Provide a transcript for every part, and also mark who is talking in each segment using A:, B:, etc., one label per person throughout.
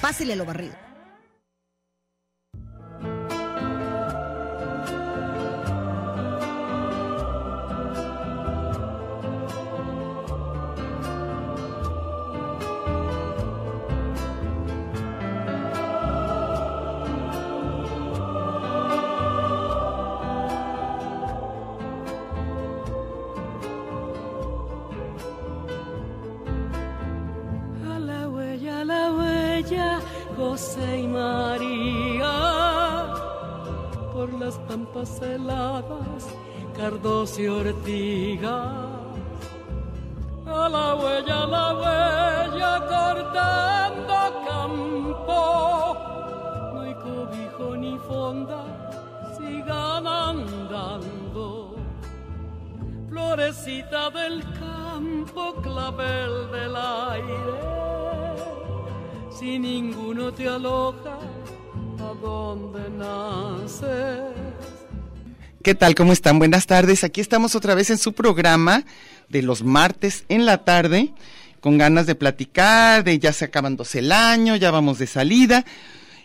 A: Pásele lo barrido.
B: A la huella, a la huella, José y María, por las pampas heladas, cardos y ortigas. A la huella, a la huella, cortando campo, no hay cobijo ni fonda, sigan andando florecita del campo, clavel del aire. Si ninguno te aloja, ¿a dónde naces?
C: ¿Qué tal? ¿Cómo están? Buenas tardes. Aquí estamos otra vez en su programa de los martes en la tarde, con ganas de platicar, de ya se acabándose el año, ya vamos de salida.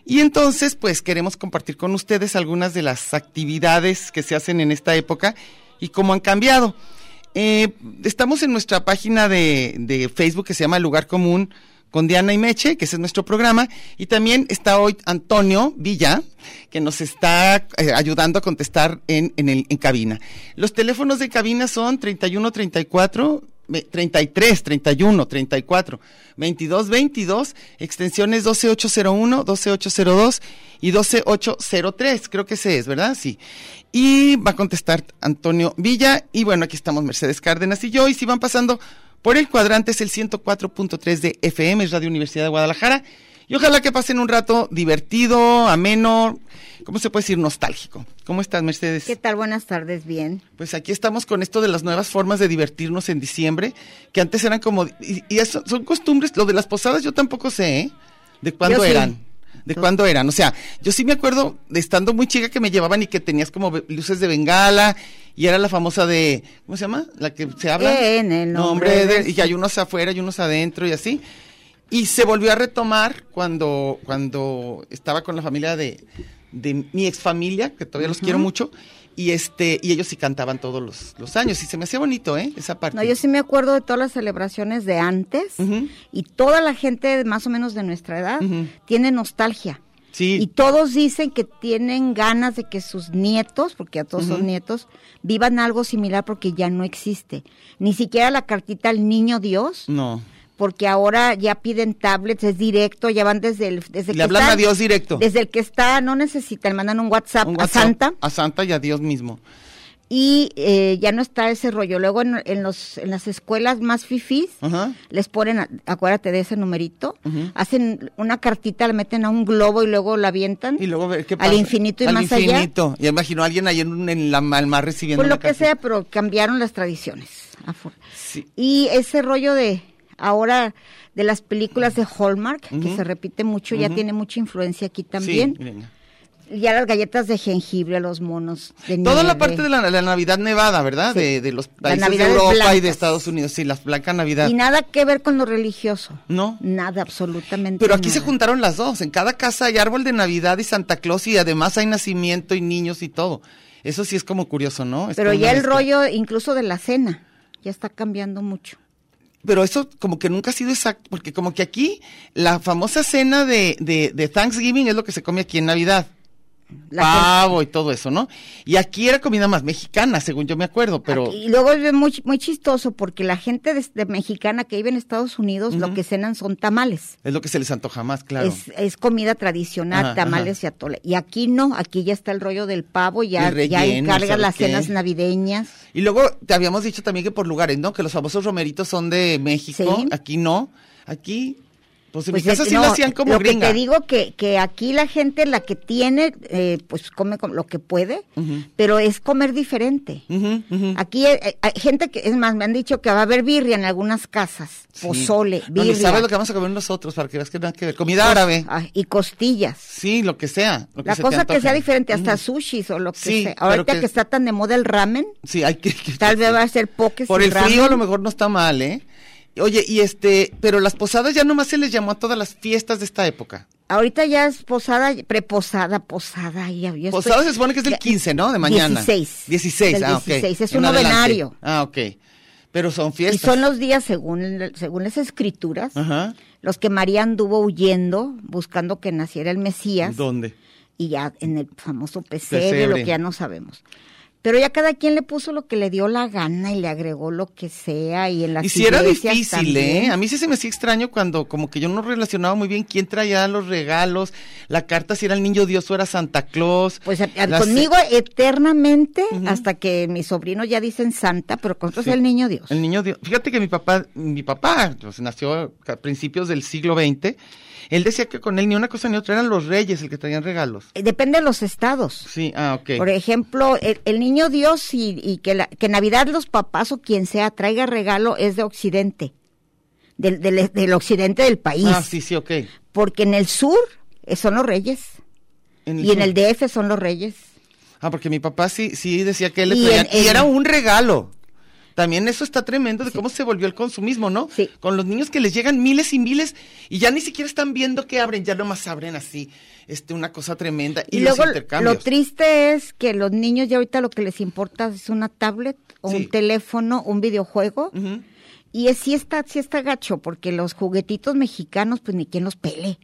C: Y entonces, pues queremos compartir con ustedes algunas de las actividades que se hacen en esta época y cómo han cambiado. Eh, estamos en nuestra página de, de Facebook que se llama Lugar Común con Diana y Meche, que ese es nuestro programa, y también está hoy Antonio Villa, que nos está eh, ayudando a contestar en, en, el, en cabina. Los teléfonos de cabina son 31 34 ve- 33 31 34 22 22 extensiones 12801, 12802 y 12803, creo que ese es, ¿verdad? Sí. Y va a contestar Antonio Villa y bueno, aquí estamos Mercedes Cárdenas y yo y si van pasando por el cuadrante es el 104.3 de FM, es Radio Universidad de Guadalajara. Y ojalá que pasen un rato divertido, ameno, ¿cómo se puede decir? Nostálgico. ¿Cómo estás, Mercedes?
D: ¿Qué tal? Buenas tardes, bien.
C: Pues aquí estamos con esto de las nuevas formas de divertirnos en diciembre, que antes eran como... Y, y eso- son costumbres, lo de las posadas yo tampoco sé, ¿eh? ¿De cuándo
D: Yo sí.
C: eran? ¿De
D: Yo-
C: cuándo eran? O sea, yo sí me acuerdo de estando muy chica que me llevaban y que tenías como ve- luces de bengala y era la famosa de... ¿Cómo se llama? La que se habla.
D: En el nombre de-
C: de- Y que hay unos afuera y unos adentro y así. Y se volvió a retomar cuando, cuando estaba con la familia de, de mi ex familia, que todavía los quiero mucho, y este, y ellos sí cantaban todos los, los años, y se me hacía bonito, ¿eh? Esa parte.
D: No, Ah, yo sí me acuerdo de todas las celebraciones de antes
C: Ujú.
D: y toda la gente más o menos de nuestra edad
C: Ujú.
D: tiene nostalgia.
C: Sí.
D: Y todos dicen que tienen ganas de que sus nietos, porque a todos
C: Ujú.
D: son nietos, vivan algo similar porque ya no existe. Ni siquiera la cartita al niño Dios,
C: No.
D: porque ahora ya piden tablets, es directo, ya van desde el... Desde
C: Le hablan a Dios directo.
D: Desde el que está, no necesitan, mandan un WhatsApp,
C: Un
D: a
C: WhatsApp
D: Santa.
C: A Santa y a Dios mismo.
D: y eh, ya no está ese rollo. Luego en, en los, en las escuelas más fifís
C: Ajá.
D: les ponen, a- acuérdate de ese numerito,
C: Ujú.
D: hacen una cartita, la meten a un globo y luego la avientan.
C: Y luego ver qué
D: Al
C: pasa.
D: infinito y
C: Al
D: más allá.
C: infinito. Y imagino a alguien ahí en, un- en la mar recibiendo
D: pues
C: una
D: lo que
C: carta.
D: sea, pero cambiaron las tradiciones. afor-
C: Sí.
D: Y ese rollo de ahora de las películas de Hallmark, que
C: Ujú.
D: se repite mucho, ya
C: Ujú.
D: tiene mucha influencia aquí
C: Sí,
D: también.
C: venga.
D: Ya las galletas de jengibre, los monos de
C: Toda la
D: nieve.
C: parte de la, la Navidad nevada, ¿verdad?
D: Sí.
C: De, de los
D: La
C: países de
D: Navidad de
C: Europa y de
D: blancas.
C: Estados Unidos. Sí, la Blanca Navidad.
D: Y nada que ver con lo religioso.
C: No.
D: Nada, absolutamente
C: Pero aquí se
D: nada.
C: juntaron las dos. En cada casa hay árbol de Navidad y Santa Claus y además hay nacimiento y niños y todo. Eso sí es como curioso, ¿no? Es
D: Pero
C: como
D: ya
C: una
D: el
C: mezcla.
D: rollo incluso de la cena ya está cambiando mucho.
C: Pero eso como que nunca ha sido exacto, porque como que aquí la famosa cena de, de, de Thanksgiving es lo que se come aquí en Navidad.
D: La
C: pavo y todo eso, ¿no? Y aquí era comida más mexicana, según yo me acuerdo, pero
D: Y luego es muy, muy chistoso porque la gente de- de mexicana que vive en Estados Unidos lo que cenan son tamales.
C: es lo que se les antoja más, claro.
D: Es, es comida tradicional,
C: Ajá,
D: tamales
C: ajá.
D: y atole. Y aquí no, aquí ya está el rollo del pavo, ya,
C: El
D: ya
C: relleno,
D: encargas
C: ¿sabe
D: las
C: qué?
D: cenas navideñas.
C: Y luego te habíamos dicho también que por lugares, ¿no? Que los famosos romeritos son de México,
D: Sí.
C: aquí no, aquí, pues en
D: Pues
C: mi casa
D: es-
C: sí lo
D: no,
C: hacían como
D: lo
C: gringa.
D: que te digo que, que aquí la gente, la que tiene, eh, pues come con lo que puede, pero es comer diferente.
C: Ujú, ujú.
D: Aquí eh, eh, hay gente que, es más, me han dicho que va a haber birria en algunas casas,
C: Sí.
D: pozole,
C: No, ni
D: birria.
C: sabes lo que vamos a comer nosotros, para que veas que nada que ver. Comida árabe.
D: Ah, y costillas.
C: Sí, lo que sea. lo que
D: La
C: se te
D: cosa que
C: antoje.
D: sea diferente, hasta
C: Ujú.
D: sushis o lo que
C: Sí,
D: sea.
C: pero
D: Ahorita
C: que-
D: que... está tan de moda el ramen,
C: Sí, hay que. que-
D: tal vez va a ser poques
C: Por
D: y
C: el frío a
D: ramen.
C: lo mejor no está mal, ¿eh? Oye, y este, pero las posadas ya nomás se les llamó a todas las fiestas de esta época.
D: Ahorita ya es posada, preposada, posada. Ya, ya estoy-
C: Posadas se supone que es del
D: ya-
C: 15, ¿no? De mañana.
D: 16.
C: 16,
D: Del
C: ah, ok.
D: 16, es
C: En
D: un
C: adelante.
D: novenario.
C: Ah, ok. Pero son
D: Y
C: fiestas.
D: son los días, según, según las escrituras,
C: Ajá.
D: los que María anduvo huyendo, buscando que naciera el Mesías,
C: ¿Dónde?
D: y ya en el famoso pesebre, lo
C: Pesebre.
D: que ya no sabemos. Pero ya cada quien le puso lo que le dio la gana y le agregó lo que sea, y en las
C: Y si era
D: iglesias
C: difícil,
D: también.
C: ¿eh? A mí sí se me hacía extraño cuando como que yo no relacionaba muy bien quién traía los regalos, la carta si era el niño Dios o era Santa Claus.
D: Pues a- a-
C: las- e-
D: conmigo eternamente, hasta que mis sobrinos ya dicen santa, pero con otros
C: Sí.
D: el niño Dios.
C: El niño Dios. Fíjate que mi papá, mi papá, pues, nació a principios del siglo XX, él decía que con él ni una cosa ni otra, eran los reyes el que traían regalos.
D: Eh, Depende de los estados.
C: Sí, ah, ok.
D: Por ejemplo, el, el niño Dios y, y que, la- que Navidad los papás o quien sea traiga regalo es de Occidente, del, del- del occidente del país.
C: Ah, sí, sí, ok.
D: Porque en el sur eh, son los reyes y en
C: sur.
D: el DF son los reyes.
C: Ah, porque mi papá sí, sí decía que él le
D: Y
C: traían-
D: en-
C: y
D: en-
C: era un regalo. También eso está tremendo de cómo se volvió el consumismo, ¿no?
D: Sí.
C: Con los niños que les llegan miles y miles y ya ni siquiera están viendo qué abren, ya nomás abren así, este, una cosa tremenda. Y,
D: Y, luego
C: los
D: lo
C: intercambios.
D: triste es que los niños ya ahorita lo que les importa es una tablet o
C: Sí. Mm.
D: un teléfono, un videojuego.
C: Ujú.
D: Y es, sí está, sí está gacho, porque los juguetitos mexicanos, pues ni quien los pele.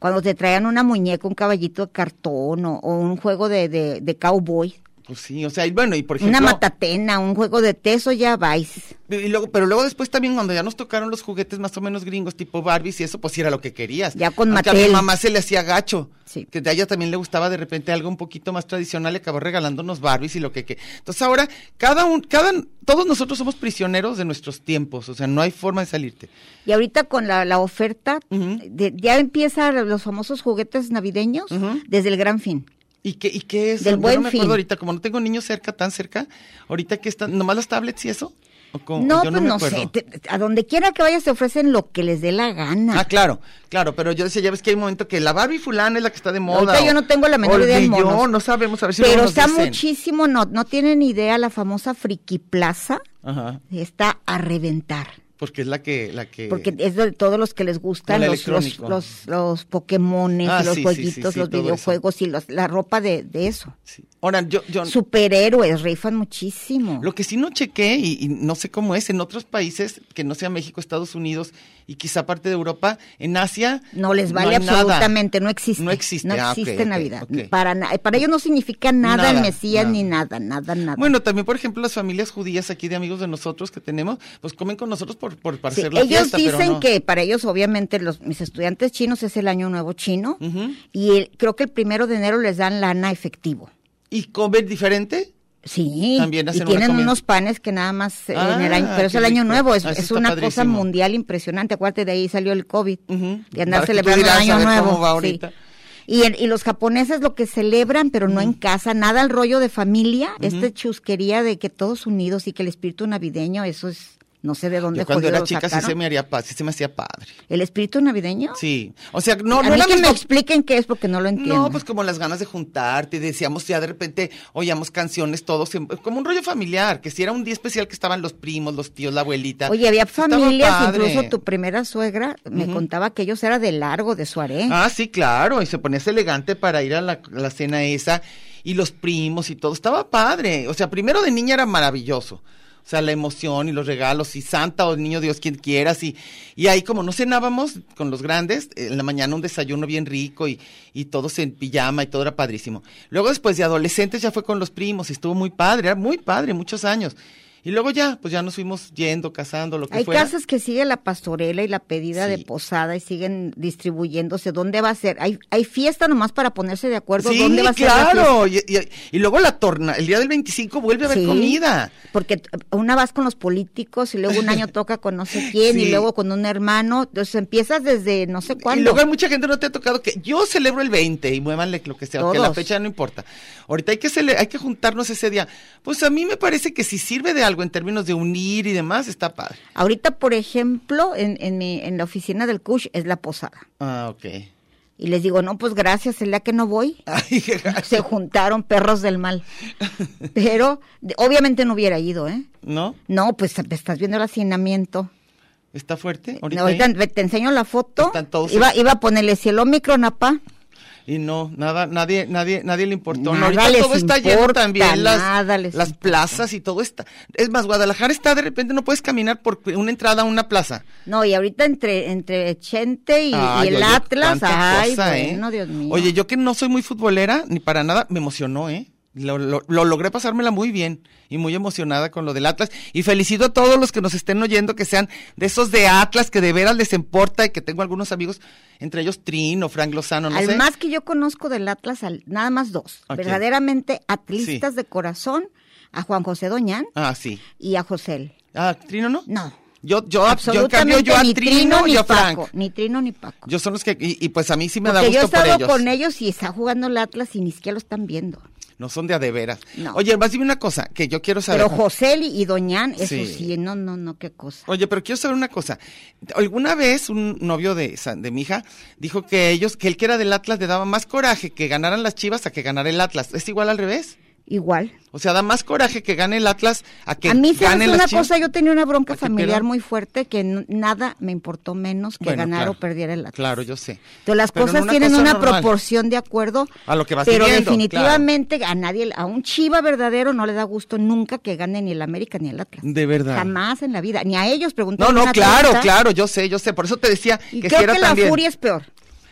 D: Cuando te traían una muñeca, un caballito de cartón o, o un juego de, de, de cowboy,
C: Pues sí, o sea, y bueno, y por ejemplo.
D: una matatena, un juego de teso, ya vais.
C: Y luego, pero luego después también cuando ya nos tocaron los juguetes más o menos gringos, tipo Barbies y eso, pues sí era lo que querías.
D: Ya con
C: Aunque A mi
D: Mattel.
C: mamá se le hacía gacho.
D: Sí.
C: Que a ella también le gustaba de repente algo un poquito más tradicional y acabó regalándonos Barbies y lo que que. Entonces ahora, cada un, cada, todos nosotros somos prisioneros de nuestros tiempos, o sea, no hay forma de salirte.
D: Y ahorita con la, la oferta,
C: Ujú.
D: de- ya empiezan los famosos juguetes navideños
C: Ujú.
D: desde el Gran Fin.
C: ¿Y qué, y qué es?
D: Del
C: Yo
D: Buen
C: no me
D: Fin.
C: acuerdo ahorita, como no tengo niños cerca, tan cerca, ahorita que están, nomás las tablets y eso. ¿O cómo?
D: No,
C: Yo
D: pues
C: me
D: no,
C: acuerdo.
D: sé, te- a donde quiera que vayas te ofrecen lo que les dé la gana.
C: Ah, claro, claro, pero yo decía, ya ves que hay un momento que la Barbie fulana es la que está de moda.
D: Ahorita yo no tengo la menor idea de
C: Olvellón,
D: monos.
C: no sabemos, a ver si
D: Pero
C: luego nos
D: está
C: dicen.
D: muchísimo, no, no tienen idea la famosa Friki Plaza.
C: Ajá,
D: está a reventar.
C: porque es la que, la que...
D: Porque es de todos los que les gustan
C: Con el
D: los, los,
C: electrónico.
D: los, los Pokémones,
C: Ah,
D: los
C: sí, sí, sí,
D: jueguitos,
C: sí,
D: los
C: todo
D: videojuegos y los- la ropa de, de eso.
C: Sí. Ahora, yo, yo
D: Superhéroes rifan muchísimo.
C: lo que sí no chequé, y, y no sé cómo es, en otros países, que no sea México, Estados Unidos, y quizá parte de Europa, en Asia...
D: No les vale
C: hay nada.
D: absolutamente, no existe.
C: No existe, ah, ok,
D: existe
C: ok,
D: Navidad.
C: ok.
D: Para, na- para ellos no significa nada, el
C: Nada,
D: Mesías
C: nada.
D: ni nada, nada, nada.
C: Bueno, también, por ejemplo, las familias judías aquí de amigos de nosotros que tenemos, pues comen con nosotros por, por para
D: Sí,
C: hacer la
D: ellos
C: fiesta, pero
D: dicen
C: no.
D: que para ellos, obviamente, los, mis estudiantes chinos es el año nuevo chino
C: Ujú.
D: y el- creo que el primero de enero les dan lana efectivo.
C: ¿Y comer diferente?
D: Sí,
C: También hacen
D: y
C: una
D: tienen
C: comida.
D: unos panes que nada más eh, en el año,
C: Ah,
D: pero es
C: qué
D: el año
C: rico.
D: nuevo, es,
C: Ah, eso
D: es
C: está
D: una cosa
C: padrísimo.
D: mundial impresionante, acuérdate, de ahí salió el COVID,
C: Ujú.
D: de
C: Para
D: andar
C: que tú
D: celebrando el
C: dirás,
D: año
C: a ver cómo
D: nuevo.
C: va
D: sí.
C: ahorita.
D: Y, el- y los japoneses lo que celebran, pero no en casa, nada al rollo de familia, esta chusquería de que todos unidos y que el espíritu navideño, eso es, no sé de dónde
C: Yo cuando
D: jodido
C: era
D: lo
C: chica sí se
D: sacaron.
C: me haría pa- sí se me hacía padre.
D: ¿El espíritu navideño?
C: Sí. O sea, no,
D: a
C: no
D: mí
C: era
D: que
C: mis
D: me
C: pap-
D: expliquen qué es porque no lo entiendo.
C: No, pues como las ganas de juntarte, decíamos ya de repente oíamos canciones todos, en- como un rollo familiar, que si era un día especial que estaban los primos, los tíos, la abuelita.
D: Oye, había
C: Estaba
D: familias,
C: padre.
D: incluso tu primera suegra me contaba que ellos era de largo, de Suaré.
C: Ah, sí, claro, y se ponías elegante para ir a la, la cena esa, y los primos y todo, estaba padre. O sea, primero de niña era maravilloso. O sea, la emoción y los regalos, y Santa o el niño Dios, quien quieras. Y, y ahí, como no cenábamos con los grandes, en la mañana un desayuno bien rico y, y todos en pijama y todo era padrísimo. Luego, después de adolescentes, ya fue con los primos y estuvo muy padre, era muy padre, muchos años. Y luego ya, pues ya nos fuimos yendo, casando, lo que
A: Hay
C: fuera.
A: casas que sigue la pastorela y la pedida
C: Sí.
A: de posada y siguen distribuyéndose. ¿Dónde va a ser? Hay, hay fiesta nomás para ponerse de acuerdo.
C: Sí,
A: ¿Dónde va a ser? la fiesta?
C: claro. Y, y- y luego la torna, el día del 25 vuelve a haber
A: Sí,
C: comida.
A: Porque t- una vas con los políticos y luego un año toca con no sé quién
C: Sí.
A: y luego con un hermano. Entonces empiezas desde no sé
C: Y
A: cuándo.
C: luego hay mucha gente no te ha tocado que yo celebro el 20 y muévanle lo que sea, que la
A: Todos.
C: fecha no importa. Ahorita hay que cele- hay que juntarnos ese día. Pues a mí me parece que si sirve de algo en términos de unir y demás, está padre.
A: Ahorita, por ejemplo, en, en, mi- en la oficina del CUSH es la posada.
C: Ah, ok.
A: Y les digo, no, pues gracias, el día que no voy.
C: Ay, qué gacho.
A: Se juntaron perros del mal. Pero de- obviamente no hubiera ido, ¿eh?
C: ¿No?
A: No, pues te estás viendo el hacinamiento.
C: ¿Está fuerte? Ahorita.
A: Ahorita,
C: ahí?
A: ve- te enseño la foto.
C: Están todos-
A: iba, iba a ponerle cielo Omicron, apá.
C: Y no, nada, nadie, nadie, nadie le importó.
A: Nada
C: No, ahorita
A: les
C: todo está lleno
A: importa,
C: también
A: nada
C: las,
A: les
C: las
A: importa.
C: plazas y todo está. Es más, Guadalajara está de repente, no puedes caminar por una entrada a una plaza.
A: No, y ahorita entre, entre Chente y, y
C: Ay,
A: el
C: oye,
A: Atlas.
C: cuánta
A: Ay,
C: cosa, ¿eh?
A: bueno, Dios mío.
C: Oye, yo que no soy muy futbolera, ni para nada, me emocionó, ¿eh? Lo, lo- lo logré pasármela muy bien y muy emocionada con lo del Atlas. Y felicito a todos los que nos estén oyendo, que sean de esos de Atlas que de veras les importa y que tengo algunos amigos, entre ellos Trin o Frank Lozano, no
A: al
C: sé.
A: más que yo conozco del Atlas, al- nada más dos.
C: ¿A quién?
A: Verdaderamente atlistas de corazón, a Juan José Doñán
C: Ah, sí.
A: y a José.
C: Ah, Trino no.
A: No.
C: Yo, yo, yo en cambio
A: Absolutamente
C: yo a
A: ni
C: Trino
A: ni
C: y a Frank.
A: Paco. Ni Trino ni Paco.
C: Yo son los que, y, y pues a mí sí me
A: Porque
C: da
A: yo he
C: gusto por
A: estado
C: ellos.
A: con ellos y está jugando el Atlas y ni siquiera lo están viendo.
C: No son de a de veras.
A: No.
C: Oye, más dime una cosa que yo quiero saber.
A: Pero José y y Doñán, eso
C: Sí.
A: sí. no, no, no, qué cosa.
C: Oye, pero quiero saber una cosa. Alguna vez un novio de, Sa- de mi hija dijo que ellos, que él que era del Atlas le daba más coraje que ganaran las Chivas a que ganara el Atlas. ¿Es igual al revés?
A: Igual.
C: O sea, da más coraje que gane el Atlas a que
A: a mí se me
C: gane
A: hace
C: las
A: una
C: Chivas.
A: cosa, yo tenía una bronca
C: ¿A que
A: familiar
C: pierdan?
A: muy fuerte que n- nada me importó menos que
C: Bueno,
A: ganar
C: claro.
A: o perder el Atlas.
C: Claro, yo sé.
A: Entonces las
C: Pero
A: cosas
C: una
A: tienen
C: cosa
A: una
C: normal.
A: proporción de acuerdo.
C: A lo que vas
A: Pero
C: viviendo,
A: definitivamente a nadie, a un chiva verdadero no le da gusto nunca que gane ni el América ni el Atlas.
C: De verdad.
A: Jamás en la vida. Ni a ellos
C: No,
A: preguntaron.
C: no, claro, claro, yo sé, yo sé. Por eso te decía
A: Y
C: que si
A: creo
C: era
A: que la
C: también.
A: furia es peor.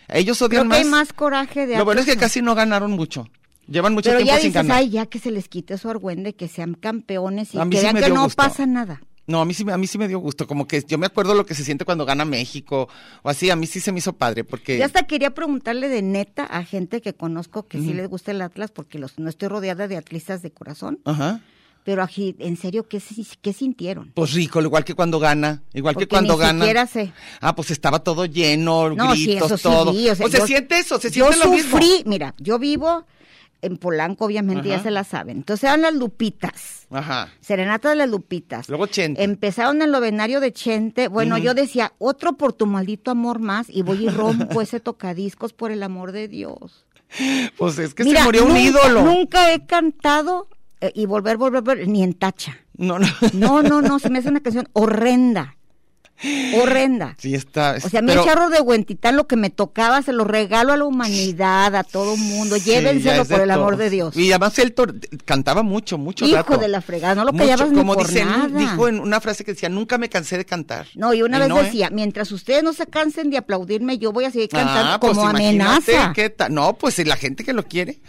C: Ellos
A: Creo
C: odian
A: que
C: más.
A: hay más coraje de
C: Lo bueno es que
A: Atlas.
C: casi no ganaron mucho. Llevan mucho
A: Pero
C: tiempo
A: ya
C: sin
A: dices,
C: ganar.
A: ay, ya que se les quite su argüende, que sean campeones y
C: A mí
A: que
C: sí
A: vean
C: me
A: que
C: dio
A: no
C: gusto.
A: pasa nada.
C: No, a mí sí, me- a mí sí me dio gusto, como que yo me acuerdo lo que se siente cuando gana México o así, a mí sí se me hizo padre porque
A: Yo hasta quería preguntarle de neta a gente que conozco que sí les gusta el Atlas, porque los, no estoy rodeada de atlistas de corazón,
C: Ajá.
A: pero aquí, en serio, ¿qué, si- qué sintieron?
C: Pues rico, igual que cuando gana, igual
A: Porque
C: que cuando
A: ni
C: gana.
A: siquiera sé.
C: Ah, pues estaba todo lleno,
A: No, sí,
C: gritos,
A: eso sí
C: todo.
A: vi, o sea,
C: se
A: yo-
C: siente eso, se
A: Yo
C: siente lo mismo.
A: sufrí, mira, yo vivo en Polanco, obviamente,
C: Ajá.
A: ya se la saben. Entonces eran las lupitas.
C: Ajá.
A: Serenata de las Lupitas.
C: Luego Chente.
A: Empezaron el novenario de Chente. Bueno, yo decía, otro por tu maldito amor más y voy y rompo ese tocadiscos por el amor de Dios.
C: Pues es que
A: Mira,
C: se murió un
A: nunca-
C: ídolo.
A: Nunca he cantado eh, y volver, volver, volver, ni en tacha.
C: No, no.
A: No, no, no, se me hace una canción horrenda. Horrenda.
C: Sí, está.
A: O sea, a mí el
C: pero-
A: charro de Huentitán lo que me tocaba se lo regalo a la humanidad, a todo mundo.
C: Sí, ya
A: Llévenselo
C: es de
A: por el amor
C: todos.
A: de Dios.
C: Y además él tor- cantaba mucho, mucho
A: Hijo
C: rato.
A: de la fregada, no lo
C: Mucho,
A: callabas ni
C: como
A: por
C: dice,
A: nada.
C: dijo en una frase que decía, nunca me cansé de cantar.
A: No, y una vez
C: no, ¿eh?
A: decía, mientras ustedes no se cansen de aplaudirme, yo voy a seguir cantando
C: Ah,
A: como
C: pues imagínate
A: amenaza.
C: qué tal. No, pues la gente que lo quiere.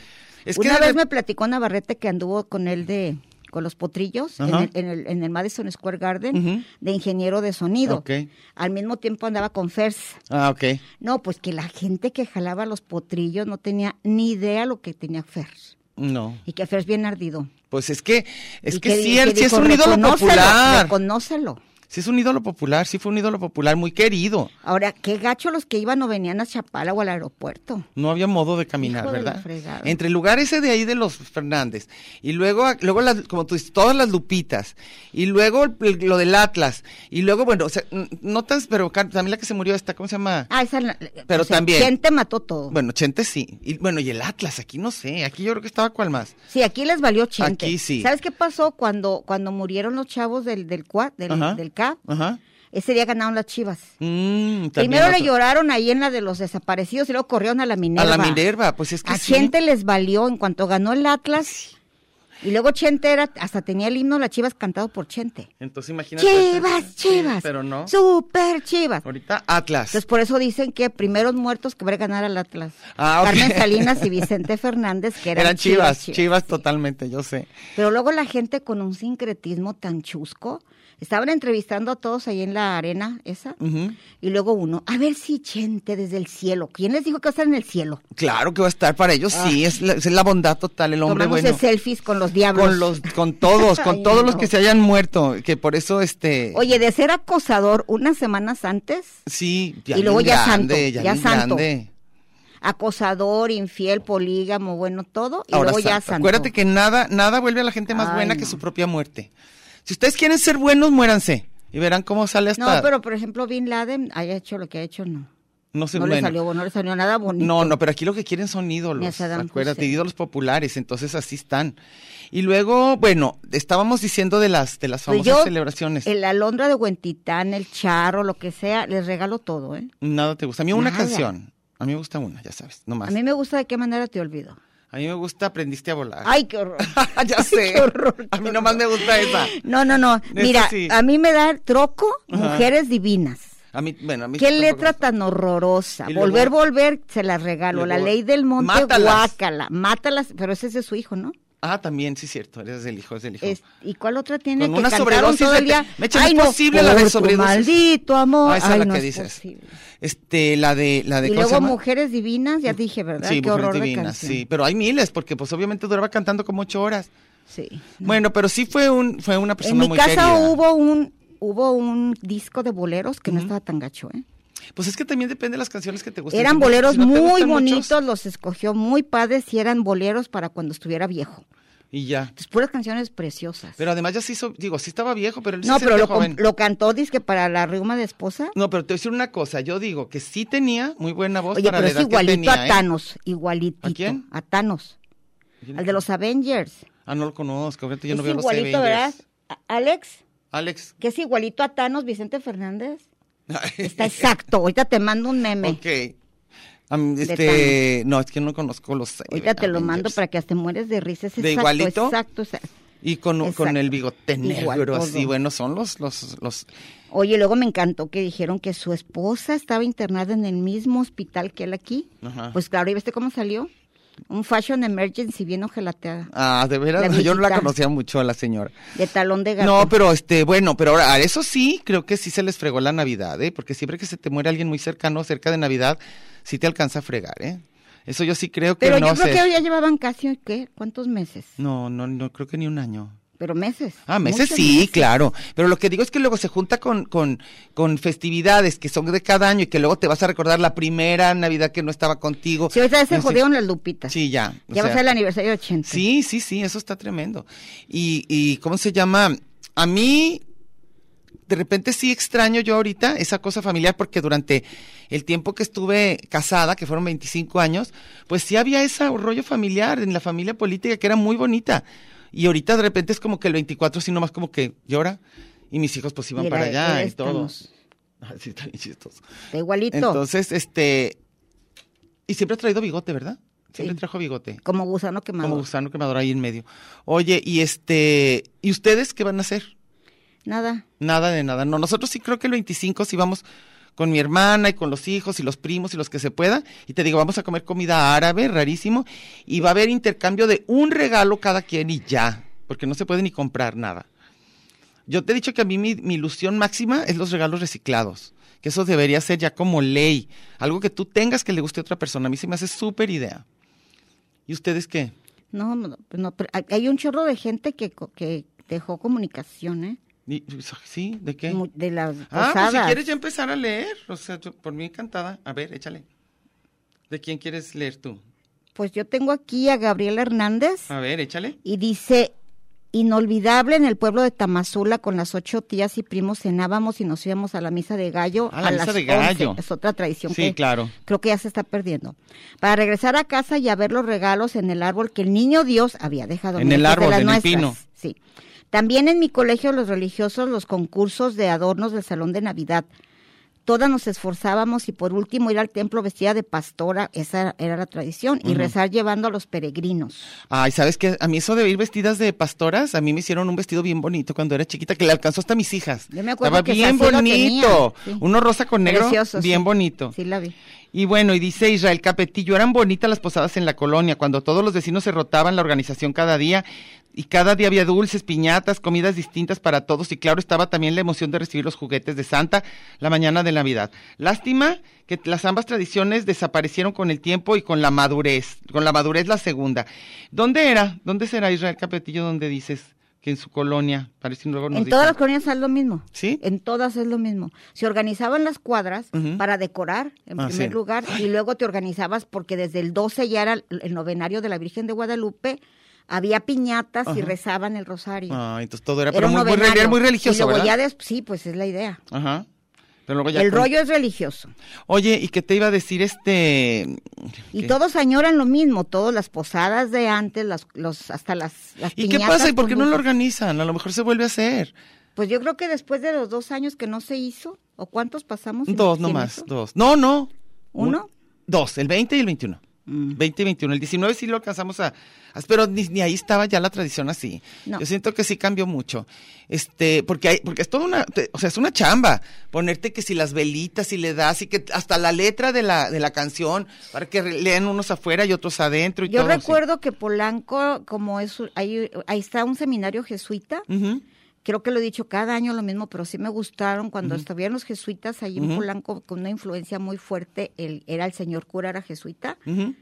C: Es
A: una
C: que de
A: vez
C: rep-
A: me platicó Navarrete que anduvo con él de con los potrillos en
C: Ajá.
A: el, en, el, en el Madison Square Garden
C: Ujú.
A: de ingeniero de sonido.
C: Ok.
A: Al mismo tiempo andaba con Fers.
C: Ah, ok.
A: No, pues que la gente que jalaba los potrillos no tenía ni idea lo que tenía Fers.
C: No.
A: Y que Fers bien ardido.
C: Pues es que, es
A: Y
C: que, sí,
A: di-
C: él sí es
A: dijo,
C: un ídolo
A: "Reconócelo,
C: popular.
A: Reconócelo.
C: Sí es un ídolo popular, sí fue un ídolo popular, muy querido.
A: Ahora, qué gacho los que iban o venían a Chapala o al aeropuerto.
C: No había modo de caminar,
A: Hijo de la
C: ¿verdad?
A: fregada.
C: Entre el lugar ese de ahí de los Fernández y luego, a- luego las- como tú dices, todas las lupitas y luego el- el- lo del Atlas y luego, bueno, o sea, n- no tan, pero car- también la que se murió esta, ¿cómo se llama?
A: Ah, esa. la-
C: Pero también-
A: ¿Quién te mató todo?
C: Bueno, Chente sí. Y, bueno, y el Atlas, aquí no sé, aquí yo creo que estaba cual más.
A: Sí, aquí les valió chente.
C: Aquí sí.
A: ¿Sabes qué pasó cuando, cuando murieron los chavos del, del CUA,
C: Ajá.
A: del, del CAP?
C: Ajá.
A: Ese día ganaron las chivas.
C: Mm, también
A: Primero le
C: otro.
A: lloraron ahí en la de los desaparecidos y luego corrieron a la Minerva.
C: A la Minerva, pues es que
A: A
C: sí.
A: gente les valió en cuanto ganó el Atlas. Y luego Chente era, hasta tenía el himno Las Chivas cantado por Chente.
C: Entonces imagínate. este,
A: Chivas,
C: Sí,
A: Chivas.
C: Pero no.
A: Super Chivas.
C: Ahorita Atlas.
A: Entonces por eso dicen que primeros muertos que va a ganar al Atlas.
C: Ah, ok.
A: Carmen Salinas y Vicente Fernández que eran,
C: Eran chivas, chivas,
A: sí.
C: totalmente, yo sé.
A: Pero luego la gente con un sincretismo tan chusco, estaban entrevistando a todos ahí en la arena esa,
C: Ujú.
A: y luego uno, a ver si Chente desde el cielo, ¿quién les dijo que va a estar en el cielo?
C: Claro que va a estar para ellos, sí, es la, es la bondad total, el hombre
A: Ah. Tomándose
C: bueno.
A: selfies con los diablos.
C: Con los, con todos, con
A: Ay,
C: todos los
A: no.
C: que se hayan muerto, que por eso este.
A: Oye, de ser acosador unas semanas antes,
C: sí,
A: y luego
C: bien
A: ya santo,
C: grande,
A: ya
C: bien
A: santo.
C: grande.
A: acosador, infiel, polígamo, bueno, todo, y
C: Ahora
A: luego ya
C: santo.
A: santo.
C: Acuérdate que nada, nada vuelve a la gente más
A: Ay,
C: buena
A: no.
C: que su propia muerte. Si ustedes quieren ser buenos, muéranse. Y verán cómo sale hasta.
A: No, pero por ejemplo, Bin Laden haya hecho lo que ha hecho, no.
C: no se
A: No le
C: bueno.
A: salió, no le salió nada bonito.
C: No, no, pero aquí lo que quieren son
A: Ni a
C: ídolos,
A: Saddam
C: acuérdate,
A: Hussein.
C: ídolos populares, entonces así están. Y luego, bueno, estábamos diciendo de las de las
A: Pues
C: famosas
A: yo,
C: celebraciones.
A: El alondra de Huentitán, el charro, lo que sea, les regalo todo, ¿eh?
C: Nada te gusta. A mí una
A: Nada.
C: canción. A mí me gusta una, ya sabes, nomás.
A: A mí me gusta de qué manera te olvido.
C: me gusta Aprendiste a volar.
A: Ay, qué horror.
C: ya sé.
A: qué horror,
C: a
A: qué
C: mí nomás me gusta esa.
A: No, no, no. Mira,
C: sí.
A: a mí me da troco
C: Ajá.
A: mujeres divinas.
C: A mí, bueno, a mí
A: Qué
C: tampoco me
A: letra
C: gusta.
A: tan horrorosa.
C: Y luego-
A: volver, volver, se las regalo.
C: luego-
A: la ley del monte,
C: Mátalas.
A: guácala. Mátalas, pero ese es de su hijo, ¿no?
C: Ah, también, sí, cierto. Eres del hijo, es del hijo.
A: Es- ¿Y cuál otra tiene
C: Con
A: que
C: una
A: cantaron
C: sobredosis
A: todo
C: de
A: el
C: te-
A: día?
C: me echa imposible la
A: por
C: de
A: tu
C: sobredosis.
A: Maldito amor.
C: Ah, esa es
A: Ay,
C: la
A: no
C: que
A: es
C: dices.
A: posible.
C: Este, la de la
A: Y
C: de ¿cómo se
A: luego
C: llama?
A: Mujeres Divinas, ya dije, ¿verdad?
C: Sí,
A: Qué
C: Mujeres
A: horror de
C: Divinas,
A: canción.
C: sí, pero hay miles porque pues obviamente duraba cantando como ocho horas.
A: Sí.
C: Bueno, pero sí fue un fue una persona
A: En mi
C: muy
A: casa
C: querida.
A: hubo un hubo un disco de boleros que no estaba tan gacho, ¿eh?
C: Pues es que también depende de las canciones que te gusten.
A: eran
C: Si no-
A: boleros
C: si no te
A: muy
C: gustan
A: bonitos,
C: muchos,
A: los escogió muy padres y eran boleros para cuando estuviera viejo.
C: y ya.
A: Entonces, puras canciones preciosas.
C: Pero además ya se hizo, digo, sí estaba viejo, pero él sí
A: no,
C: se
A: pero
C: sentía
A: lo, com-
C: joven.
A: lo cantó, que para la reuma de esposa.
C: No, pero te voy a decir una cosa, yo digo que sí tenía muy buena voz
A: Oye,
C: para
A: pero
C: la
A: es
C: edad que
A: igualito
C: tenía.
A: a
C: ¿eh?
A: Thanos, igualitito.
C: ¿A quién?
A: A Thanos, al de los Avengers.
C: Ah, no lo conozco, ahorita yo
A: es
C: no veo los
A: igualito, ¿verdad?
C: Avengers.
A: A- Alex,
C: Alex.
A: que es igualito a Thanos, Vicente Fernández. Está exacto. Ahorita te mando un meme.
C: ok. Am-
A: De
C: este, no, es que no conozco los eh,
A: Ahorita te lo
C: Avengers.
A: mando para que hasta mueres de risa. Es
C: ¿De
A: exacto,
C: igualito?
A: Exacto, exacto.
C: Y con, con
A: Exacto.
C: el bigote
A: Igual
C: negro, así,
A: todo.
C: bueno, son los, los, los...
A: Oye, luego me encantó que dijeron que su esposa estaba internada en el mismo hospital que él aquí.
C: Ajá.
A: Pues claro, ¿y viste cómo salió? Un fashion emergency bien ojelateada.
C: Ah, de veras,
A: La
C: yo no la
A: mijita.
C: conocía mucho a la señora.
A: De talón de gato.
C: No, pero este, bueno, pero ahora, a eso sí, creo que sí se les fregó la Navidad, ¿eh? Porque siempre que se te muere alguien muy cercano, cerca de Navidad, sí te alcanza a fregar, ¿eh? Eso yo sí creo que
A: Pero
C: no
A: yo creo
C: sé.
A: que ya llevaban casi, ¿qué? ¿Cuántos meses?
C: No, no, no creo que ni un año.
A: Pero meses.
C: Ah, meses
A: muchos
C: sí, claro. Pero lo que digo es que luego se junta con, con, con festividades que son de cada año y que luego te vas a recordar la primera Navidad que no estaba contigo.
A: Sí, ahorita ya se
C: No sé.
A: jodieron las lupitas.
C: Sí, ya. o
A: ya va a
C: sea.
A: ser el aniversario de 80.
C: Sí, sí, sí, eso está tremendo. Y, y ¿cómo se llama? A mí, de repente sí extraño yo ahorita esa cosa familiar porque durante el tiempo que estuve casada, que fueron 25 años, pues sí había ese rollo familiar en la familia política que era muy bonita. Y ahorita de repente es como que el 24 sí nomás como que llora y mis hijos pues iban
A: Mira,
C: para allá y
A: eres
C: todo.
A: Thanos.
C: Así está bien chistoso.
A: Está igualito.
C: Entonces, este... Y siempre ha traído bigote, ¿verdad? Siempre
A: Sí.
C: trajo bigote.
A: como gusano quemado.
C: Como gusano quemador ahí en medio. Oye, y este, ¿y ustedes qué van a hacer?
A: Nada.
C: Nada de nada. No, nosotros sí creo que el 25 sí vamos con mi hermana y con los hijos y los primos y los que se pueda. Y te digo, vamos a comer comida árabe, rarísimo. Y va a haber intercambio de un regalo cada quien y ya, porque no se puede ni comprar nada. Yo te he dicho que a mí mi, mi ilusión máxima es los regalos reciclados, que eso debería ser ya como ley, algo que tú tengas que le guste a otra persona. A mí se me hace súper idea. ¿Y ustedes qué?
A: No, no, Pues no, pero hay- hay un chorro de gente que, co- que dejó comunicación, ¿eh?
C: Ni- pues, ¿Sí? ¿De qué?
A: Mu- De las
C: ah, pues si
A: posadas.
C: quieres ya empezar a leer. O sea, yo- por mí encantada. A ver, échale. ¿De quién quieres leer tú?
A: Pues yo tengo aquí a Gabriela Hernández
C: A ver, échale.
A: y dice, inolvidable en el pueblo de Tamazula con las ocho tías y primos cenábamos y nos íbamos a la misa de gallo.
C: Ah, la misa
A: las
C: de gallo.
A: 11. Es otra tradición
C: Sí,
A: que
C: claro.
A: creo que ya se está perdiendo. Para regresar a casa y a ver los regalos en el árbol que el niño Dios había dejado.
C: En
A: Mira,
C: el
A: esta es de
C: árbol,
A: las
C: en el
A: nuestras.
C: pino.
A: Sí. También en mi colegio los religiosos, los concursos de adornos del salón de Navidad. Todas nos esforzábamos y por último ir al templo vestida de pastora, esa era la tradición, y rezar llevando a los peregrinos.
C: Ay, ¿sabes qué? A mí eso de ir vestidas de pastoras, a mí me hicieron un vestido bien bonito cuando era chiquita, que le alcanzó hasta a mis hijas.
A: Yo me acuerdo
C: Estaba
A: que
C: bien
A: así lo
C: bonito.
A: tenía, sí.
C: Uno rosa con negro,
A: Precioso,
C: bien
A: sí.
C: bonito.
A: Sí, la vi.
C: Y bueno, y dice Israel Capetillo, eran bonitas las posadas en la colonia, cuando todos los vecinos se rotaban la organización cada día, y cada día había dulces, piñatas, comidas distintas para todos, y claro, estaba también la emoción de recibir los juguetes de Santa la mañana de Navidad. Lástima que las ambas tradiciones desaparecieron con el tiempo y con la madurez, con la madurez la segunda. ¿Dónde era? ¿Dónde será Israel Capetillo donde dices que en su colonia? Parece que luego nos
A: En todas las
C: dicen.
A: colonias es lo mismo.
C: ¿Sí?
A: En todas es lo mismo. Se organizaban las cuadras
C: Ujú.
A: para decorar, en
C: Ah,
A: primer
C: sí.
A: lugar, y luego te organizabas porque desde el 12 ya era el- el novenario de la Virgen de Guadalupe, había piñatas y
C: Ajá.
A: rezaban el rosario.
C: Ah, entonces todo era,
A: Eh, Era
C: pero
A: un
C: muy, muy,
A: novenario.
C: era muy
A: Y
C: religioso,
A: luego
C: ¿verdad?
A: ya des- sí, pues es la idea.
C: Ajá. Pero luego ya
A: el
C: con-
A: rollo es religioso.
C: Oye, ¿y qué te iba a decir este?
A: Y
C: ¿Qué?
A: todos añoran lo mismo, todas las posadas de antes, las, los, hasta las, las
C: ¿Y qué
A: piñatas
C: pasa? ¿Y por
A: con
C: qué no lo
A: dulces.
C: organizan? A lo mejor se vuelve a hacer.
A: Pues yo creo que después de los dos años que no se hizo, ¿o cuántos pasamos? sin-
C: Dos
A: sin
C: nomás,
A: eso?
C: dos. No, no.
A: ¿Uno? Mm.
C: Un- dos, el 20 y el 21. 20 y 21. El 19 sí lo alcanzamos a... a- Pero ni, ni ahí estaba ya la tradición así.
A: No.
C: Yo siento que sí cambió mucho. Este, porque hay, porque es toda una, te- o sea, es una chamba. Ponerte que si las velitas y le das y que hasta la letra de la, de la canción, para que re- lean unos afuera y otros adentro y
A: Yo
C: todo. sí.
A: recuerdo que Polanco, como es, un- ahí, ahí está un seminario jesuita,
C: Ujú.
A: creo que lo he dicho cada año lo mismo, pero sí me gustaron cuando estuvieron los jesuitas ahí en Polanco con una influencia muy fuerte, él, era el señor cura, era jesuita,
C: Ujú.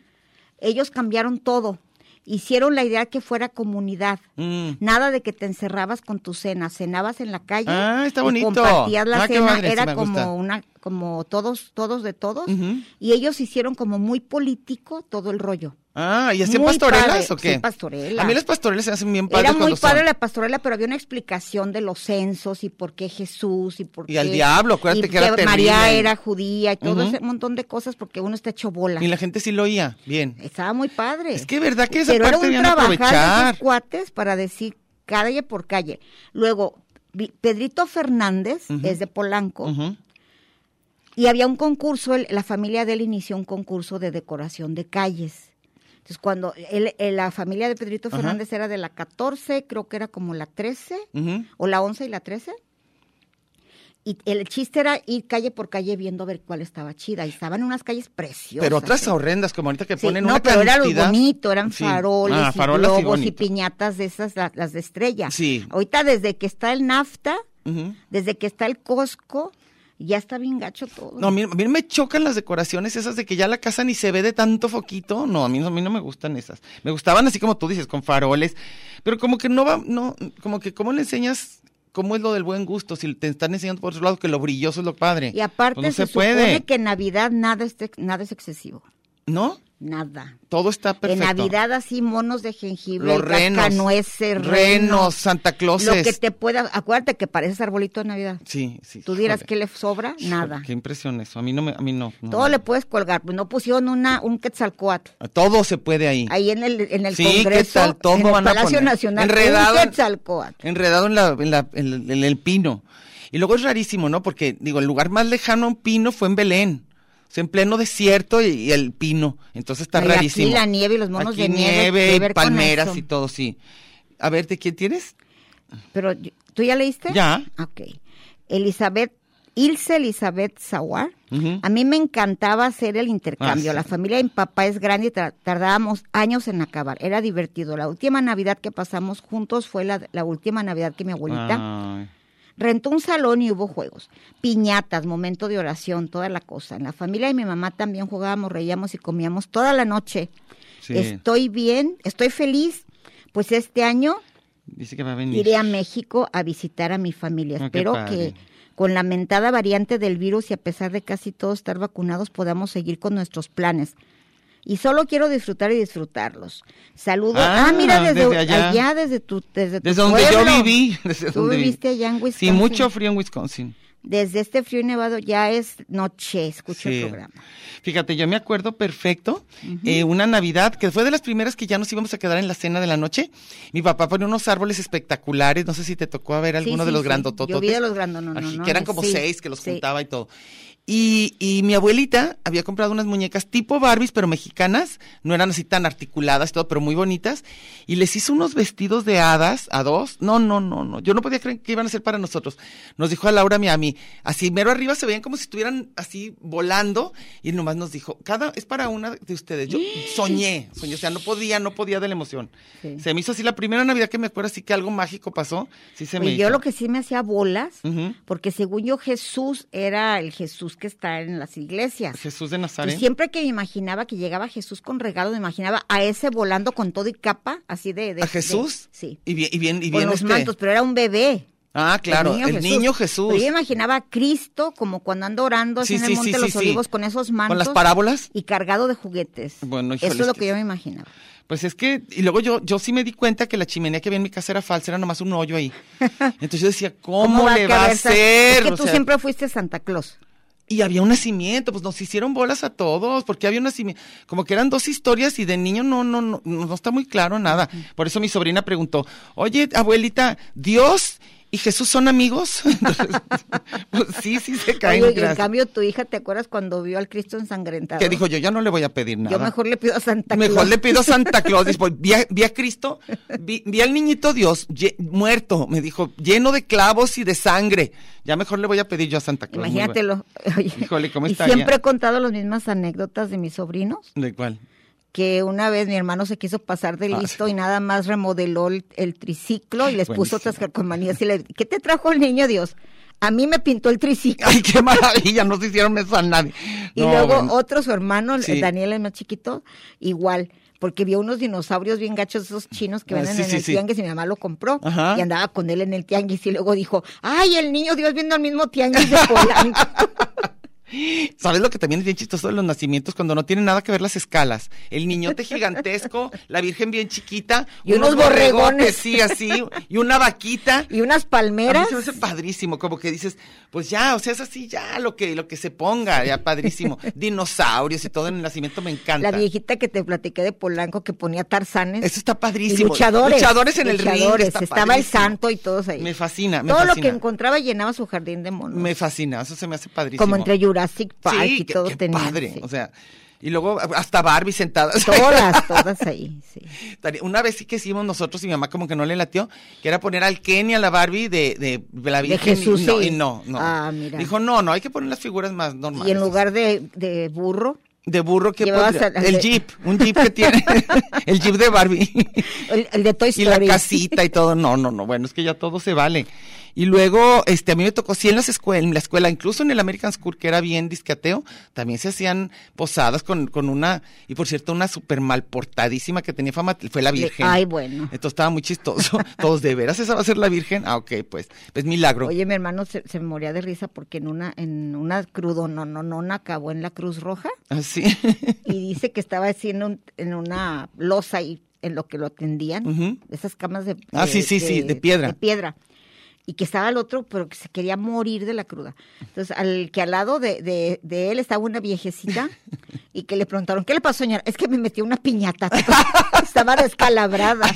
A: ellos cambiaron todo, hicieron la idea que fuera comunidad.
C: Mm.
A: Nada de que te encerrabas con tu cena, cenabas en la calle
C: Ah, está
A: y
C: bonito.
A: compartías la
C: Ah, qué
A: cena,
C: padre, sí
A: era
C: me
A: como
C: gusta.
A: una como todos todos de todos
C: Ujú.
A: y ellos hicieron como muy político todo el rollo.
C: Ah, ¿y hacían
A: Muy
C: pastorelas
A: padre,
C: o qué?
A: sí, pastorelas.
C: A mí las pastorelas se hacen bien padres
A: Era muy
C: cuando son.
A: padre la pastorela, pero había una explicación de los censos y por qué Jesús y por qué.
C: Y al diablo, acuérdate
A: y
C: que era
A: María
C: terrible.
A: era judía y todo
C: Ujú.
A: ese montón de cosas porque uno está hecho bola.
C: Y la gente sí lo oía, bien.
A: Estaba muy padre.
C: Es que verdad que esa
A: pero
C: parte
A: era
C: debían
A: un trabajar de
C: aprovechar.
A: esos cuates para decir calle por calle. Luego, Vi- Pedrito Fernández es de Polanco
C: Ujú.
A: y había un concurso, él- la familia de él inició un concurso de decoración de calles. Entonces, cuando él- eh, la familia de Pedrito
C: Ajá.
A: Fernández era de la 14, creo que era como la 13,
C: Ujú.
A: o la 11 y la 13. Y el chiste era ir calle por calle viendo a ver cuál estaba chida. Y estaban unas calles preciosas.
C: Pero otras
A: ¿eh?
C: horrendas, como ahorita que
A: Sí,
C: ponen
A: no,
C: una
A: pero era lo
C: cantidad-
A: bonito, eran
C: Sí.
A: faroles,
C: Ah,
A: y
C: farolas y
A: globos y,
C: bonito.
A: piñatas de esas, la- las de estrella.
C: Sí.
A: Ahorita desde que está el NAFTA,
C: Ujú.
A: desde que está el Costco, ya está bien gacho todo.
C: No, a mí, a mí me chocan las decoraciones esas de que ya la casa ni se ve de tanto foquito. No, a mí, no- a mí no me gustan esas. Me gustaban así como tú dices, con faroles. Pero como que no va, no, como que cómo le enseñas cómo es lo del buen gusto si te están enseñando por otro lado que lo brilloso es lo padre.
A: y aparte
C: Pues no
A: se,
C: se puede,
A: supone que en Navidad nada es, ex- nada es excesivo.
C: ¿no?
A: Nada.
C: Todo está perfecto.
A: En Navidad así monos de jengibre,
C: Los renos,
A: cascanueces,
C: renos,
A: renos,
C: Santa Clauses.
A: Lo que te pueda, acuérdate que pareces arbolito de Navidad.
C: Sí, sí.
A: Tú dirás
C: híjole.
A: que le sobra nada.
C: Qué impresión eso. A mí no me, a mí no. no.
A: Todo le puedes colgar, pues no pusieron una un quetzalcoatl.
C: Todo se puede ahí.
A: Ahí en el en el
C: Sí,
A: Congreso,
C: ¿qué tal? Todo
A: en el
C: van a
A: Palacio
C: poner.
A: Nacional,
C: Enredado
A: un
C: en-
A: quetzalcóatl.
C: Enredado en, la, en, la- en el- en el pino. Y luego es rarísimo, ¿no? Porque, digo, el lugar más lejano a un pino fue en Belén. O sea, en pleno desierto y, y el pino. Entonces está
A: Y aquí
C: rarísimo.
A: la nieve y los monos
C: Aquí
A: de nieve, ¿qué ver con
C: palmeras
A: eso?
C: y todo, sí. A ver, ¿de quién tienes?
A: Pero yo- ¿tú ya leíste?
C: Ya.
A: Ok. Elizabeth Ilse Elizabeth Zawar.
C: Ujú.
A: A mí me encantaba hacer el intercambio.
C: Ah, sí.
A: La familia de mi papá es grande y tra- tardábamos años en acabar. Era divertido. La última Navidad que pasamos juntos fue la, la última Navidad que mi abuelita
C: Ay.
A: Rentó un salón y hubo juegos, piñatas, momento de oración, toda la cosa. En la familia de mi mamá también jugábamos, reíamos y comíamos toda la noche.
C: Sí.
A: Estoy bien, estoy feliz. Pues este año
C: Dice que va a venir.
A: iré a México a visitar a mi familia.
C: Ah, qué
A: Espero
C: padre.
A: que con la mentada variante del virus y a pesar de casi todos estar vacunados podamos seguir con nuestros planes. Y solo quiero disfrutar y disfrutarlos. Saludos.
C: Ah,
A: Ah, mira, desde,
C: desde allá.
A: allá. desde tu desde, tu
C: Desde donde yo
A: pueblo.
C: viví. Desde
A: Tú
C: donde viví.
A: viviste allá en
C: Sí,
A: Wisconsin.
C: mucho frío en Wisconsin.
A: Desde este frío y nevado ya es noche, escucho
C: Sí.
A: el programa.
C: Fíjate, yo me acuerdo perfecto, eh, una Navidad que fue de las primeras que ya nos íbamos a quedar en la cena de la noche. Mi papá pone unos árboles espectaculares, no sé si te tocó a ver alguno
A: Sí,
C: de
A: sí,
C: los
A: sí.
C: grandotototes.
A: Yo vi de los grandonononones,
C: que eran como
A: sí,
C: seis que los
A: sí.
C: juntaba y todo. Y, y mi abuelita había comprado unas muñecas tipo Barbies, pero mexicanas, no eran así tan articuladas y todo, pero muy bonitas, y les hizo unos vestidos de hadas a dos. No, no, no, no, yo no podía creer que iban a ser para nosotros. Nos dijo a Laura, mi a mí, así mero arriba se veían como si estuvieran así volando, y nomás nos dijo, cada, es para una de ustedes. Yo soñé, soñé, o sea, no podía, no podía de la emoción.
D: Sí.
C: Se me hizo así la primera Navidad que me acuerdo, así que algo mágico pasó, sí se me
D: Oye, yo
C: hizo.
D: lo que sí me hacía bolas,
C: Ujú.
D: porque según yo Jesús era el Jesús que está en las iglesias.
C: Jesús de
D: Y
C: Nazaret.
D: siempre que me imaginaba que llegaba Jesús con regalo, me imaginaba a ese volando con todo y capa, así de... de-
C: ¿A Jesús?
D: de- sí.
C: Y bien, y bien, y
D: con
C: bien
D: los
C: este-
D: mantos, pero era un bebé.
C: Ah, claro, el niño, Jesús.
D: Pero yo imaginaba a Cristo como cuando anda orando
C: Sí,
D: así en el
C: sí, sí,
D: Monte de los
C: sí, sí.
D: Olivos con esos
C: Con las
D: mantos.
C: parábolas.
D: Y cargado de juguetes.
C: Bueno,
D: Eso es
C: híjoles,
D: lo
C: que
D: que yo
C: sí.
D: me imaginaba.
C: Pues es que, y luego yo, yo sí me di cuenta que la chimenea que había en mi casa era falsa, era nomás un hoyo ahí. Entonces yo decía, ¿cómo,
D: va
C: le
D: que
C: va a
D: haber San-
C: hacer?
D: Es que
C: O
D: tú
C: sea,
D: siempre fuiste Santa Claus.
C: Y había un nacimiento, pues nos hicieron bolas a todos, porque había un nacimiento, como que eran dos historias y de niño no, no, no, no está muy claro nada. Por eso mi sobrina preguntó, oye, abuelita, ¿Dios y Jesús son amigos? Entonces, pues sí, sí se caen.
D: Oye, y en
C: gracias.
D: cambio tu hija, ¿te acuerdas cuando vio al Cristo ensangrentado?
C: que dijo, yo ya no le voy a pedir nada.
D: Yo mejor le pido a Santa
C: Mejor
D: Claus.
C: le pido a Santa Claus. Dijo, vi, a, vi a Cristo, vi, vi al niñito Dios lle- muerto, me dijo, lleno de clavos y de sangre. Ya mejor le voy a pedir yo a Santa Claus. Muy bueno.
D: Imagínatelo. Oye,
C: Híjole, ¿cómo
D: y
C: estaría?
D: siempre he contado las mismas anécdotas de mis sobrinos.
C: ¿De cuál?
D: que una vez mi hermano se quiso pasar de
C: Ah,
D: listo y nada más remodeló el, el triciclo y les puso
C: Buenísimo.
D: otras calcomanías y le ¿qué te trajo el niño Dios? A mí me pintó el triciclo.
C: Ay, qué maravilla, no se hicieron eso a nadie.
D: Y
C: No,
D: luego
C: bueno.
D: otro, su hermano, el-
C: Sí.
D: Daniel, el más chiquito, igual. Porque vio unos dinosaurios bien gachos, esos chinos que
C: Ah,
D: venden
C: sí,
D: en
C: sí,
D: el
C: sí.
D: tianguis, y mi mamá lo compró.
C: Ajá.
D: Y andaba con él en el tianguis, y luego dijo, ¡ay, el niño Dios viendo al mismo tianguis de Polanco!
C: ¿Sabes lo que también es bien chistoso de los nacimientos? Cuando no tienen nada que ver las escalas. El niñote gigantesco, la virgen bien chiquita.
D: Y unos borregones.
C: Sí, así. Y una vaquita.
D: y unas
C: A mí
D: palmeras.
C: se me hace padrísimo, como que dices, pues ya, o sea, es así ya lo que, lo que se ponga, ya padrísimo. Dinosaurios y todo en el nacimiento me encanta.
D: La viejita que te platiqué de Polanco que ponía tarzanes.
C: Eso está
D: Y
C: padrísimo.
D: luchadores.
C: Luchadores en el ring.
D: luchadores.
C: está
D: Estaba el
C: padrísimo.
D: santo y todos ahí.
C: Me fascina, me
D: Todo lo
C: fascina.
D: que encontraba llenaba su jardín de monos.
C: Me fascina, eso se me hace padrísimo.
D: Como entre Jurassic Park
C: sí,
D: y
C: qué-
D: todo
C: qué
D: tenía.
C: padre,
D: sí.
C: o sea, y luego hasta Barbie sentada.
D: todas, todas ahí. Sí.
C: Estaría- Una vez sí que hicimos nosotros y mi mamá como que no le latió, que era poner al Kenny a la Barbie de, de la Virgen. y
D: Jesús,
C: no,
D: sí.
C: y no, no.
D: Ah, mira.
C: Dijo, no, no, hay que poner las figuras más normales.
D: Y en lugar de, de burro,
C: De burro que
D: Llevabas
C: podría-
D: al- al
C: El
D: de-
C: jeep, un jeep que tiene. el jeep de Barbie.
D: el, el de Toy
C: y la
D: Story.
C: casita y todo. No, no, no. Bueno, es que ya todo se vale. Y luego, este, a mí me tocó, sí, en las escuelas, en la escuela, incluso en el American School, que era bien discateo, también se hacían posadas con, con una, y por cierto, una súper mal portadísima que tenía fama, fue la
D: Le-
C: Virgen.
D: ay, bueno.
C: Entonces estaba muy chistoso. Todos, ¿de veras esa va a ser la Virgen? Ah, ok, pues, pues milagro.
D: Oye, mi hermano se, se moría de risa porque en una, en una crudo no, no, no, acabó en la Cruz Roja.
C: Así.
D: y dice que estaba haciendo en una losa y en lo que lo atendían,
C: Ujú.
D: esas camas de,
C: Ah,
D: de-
C: sí, sí, sí, de piedra.
D: de piedra. Y que estaba el otro, pero que se quería morir de la cruda. Entonces, al que al lado de, de- de él estaba una viejecita y que le preguntaron, ¿qué le pasó, señora? Es que me metió una piñata. estaba descalabrada.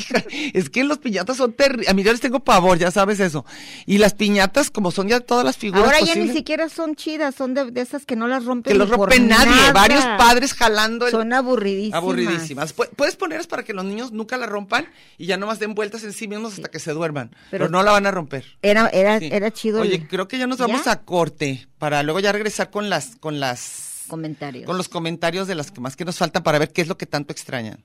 C: Es que los piñatas son terribles. A mí yo les tengo pavor, ya sabes eso. Y las piñatas, como son ya todas las figuras.
D: Ahora ya ni
C: posibles-
D: siquiera son chidas, son de, de esas que no las rompen.
C: Que los
D: ni por
C: rompen nadie.
D: nada.
C: Varios padres jalando el.
D: Son aburridísimas.
C: Aburridísimas. Pu- Puedes ponerlas para que los niños nunca la rompan y ya nomás den vueltas en sí mismos hasta que se duerman. Pero,
D: Pero-
C: no la van a romper.
D: Era, era,
C: Sí.
D: era chido.
C: Oye,
D: el-
C: creo que ya nos vamos
D: ¿Ya?
C: a corte para luego ya regresar con las, con las,
D: comentarios.
C: con los comentarios de las que más que nos faltan para ver qué es lo que tanto extrañan.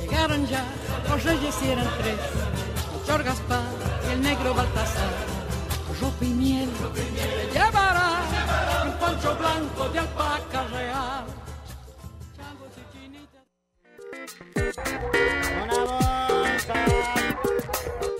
B: Llegaron ya, los reyes y eran tres, Melchor Gaspar y el negro Baltasar. Ropa y miel te llevará y un poncho blanco de alpaca real. Changos y chinitas.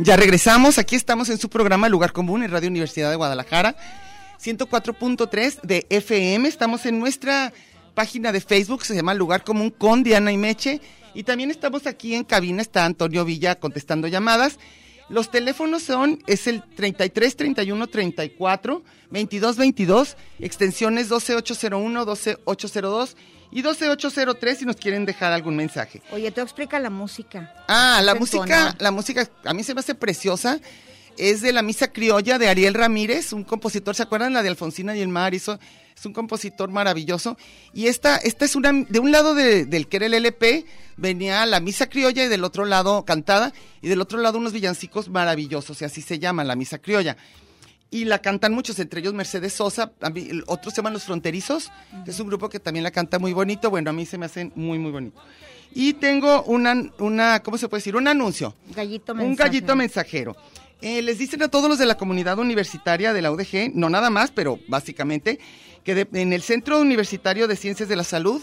C: Ya regresamos, aquí estamos en su programa Lugar Común en Radio Universidad de Guadalajara, 104.3 de FM. Estamos en nuestra página de Facebook, se llama Lugar Común con Diana y Meche. Y también estamos aquí en cabina, está Antonio Villa contestando llamadas. Los teléfonos son, es el 33 31 34 22 22, extensiones 12801, 12802 y 12803 si nos quieren dejar algún mensaje.
D: Oye, tú explica la música.
C: Ah, la
D: Se
C: música,
D: entona.
C: la música a mí se me hace preciosa. Es de la misa criolla de Ariel Ramírez, un compositor, ¿se acuerdan la de Alfonsina y el mar? Hizo- es un compositor maravilloso. Y esta, esta es una, de un lado de- del que era el LP, venía la misa criolla y del otro lado cantada, y del otro lado unos villancicos maravillosos, y así se llama la misa criolla y la cantan muchos, entre ellos Mercedes Sosa, a mí- el otro se llaman Los Fronterizos, que es un grupo que también la canta muy bonito, bueno, a mí se me hacen muy, muy bonito. Y tengo una, una ¿cómo se puede decir? Un anuncio.
D: Gallito
C: Un
D: mensaje.
C: gallito mensajero. Eh, les dicen a todos los de la comunidad universitaria de la UDG, no nada más, pero básicamente, que de- en el Centro Universitario de Ciencias de la Salud,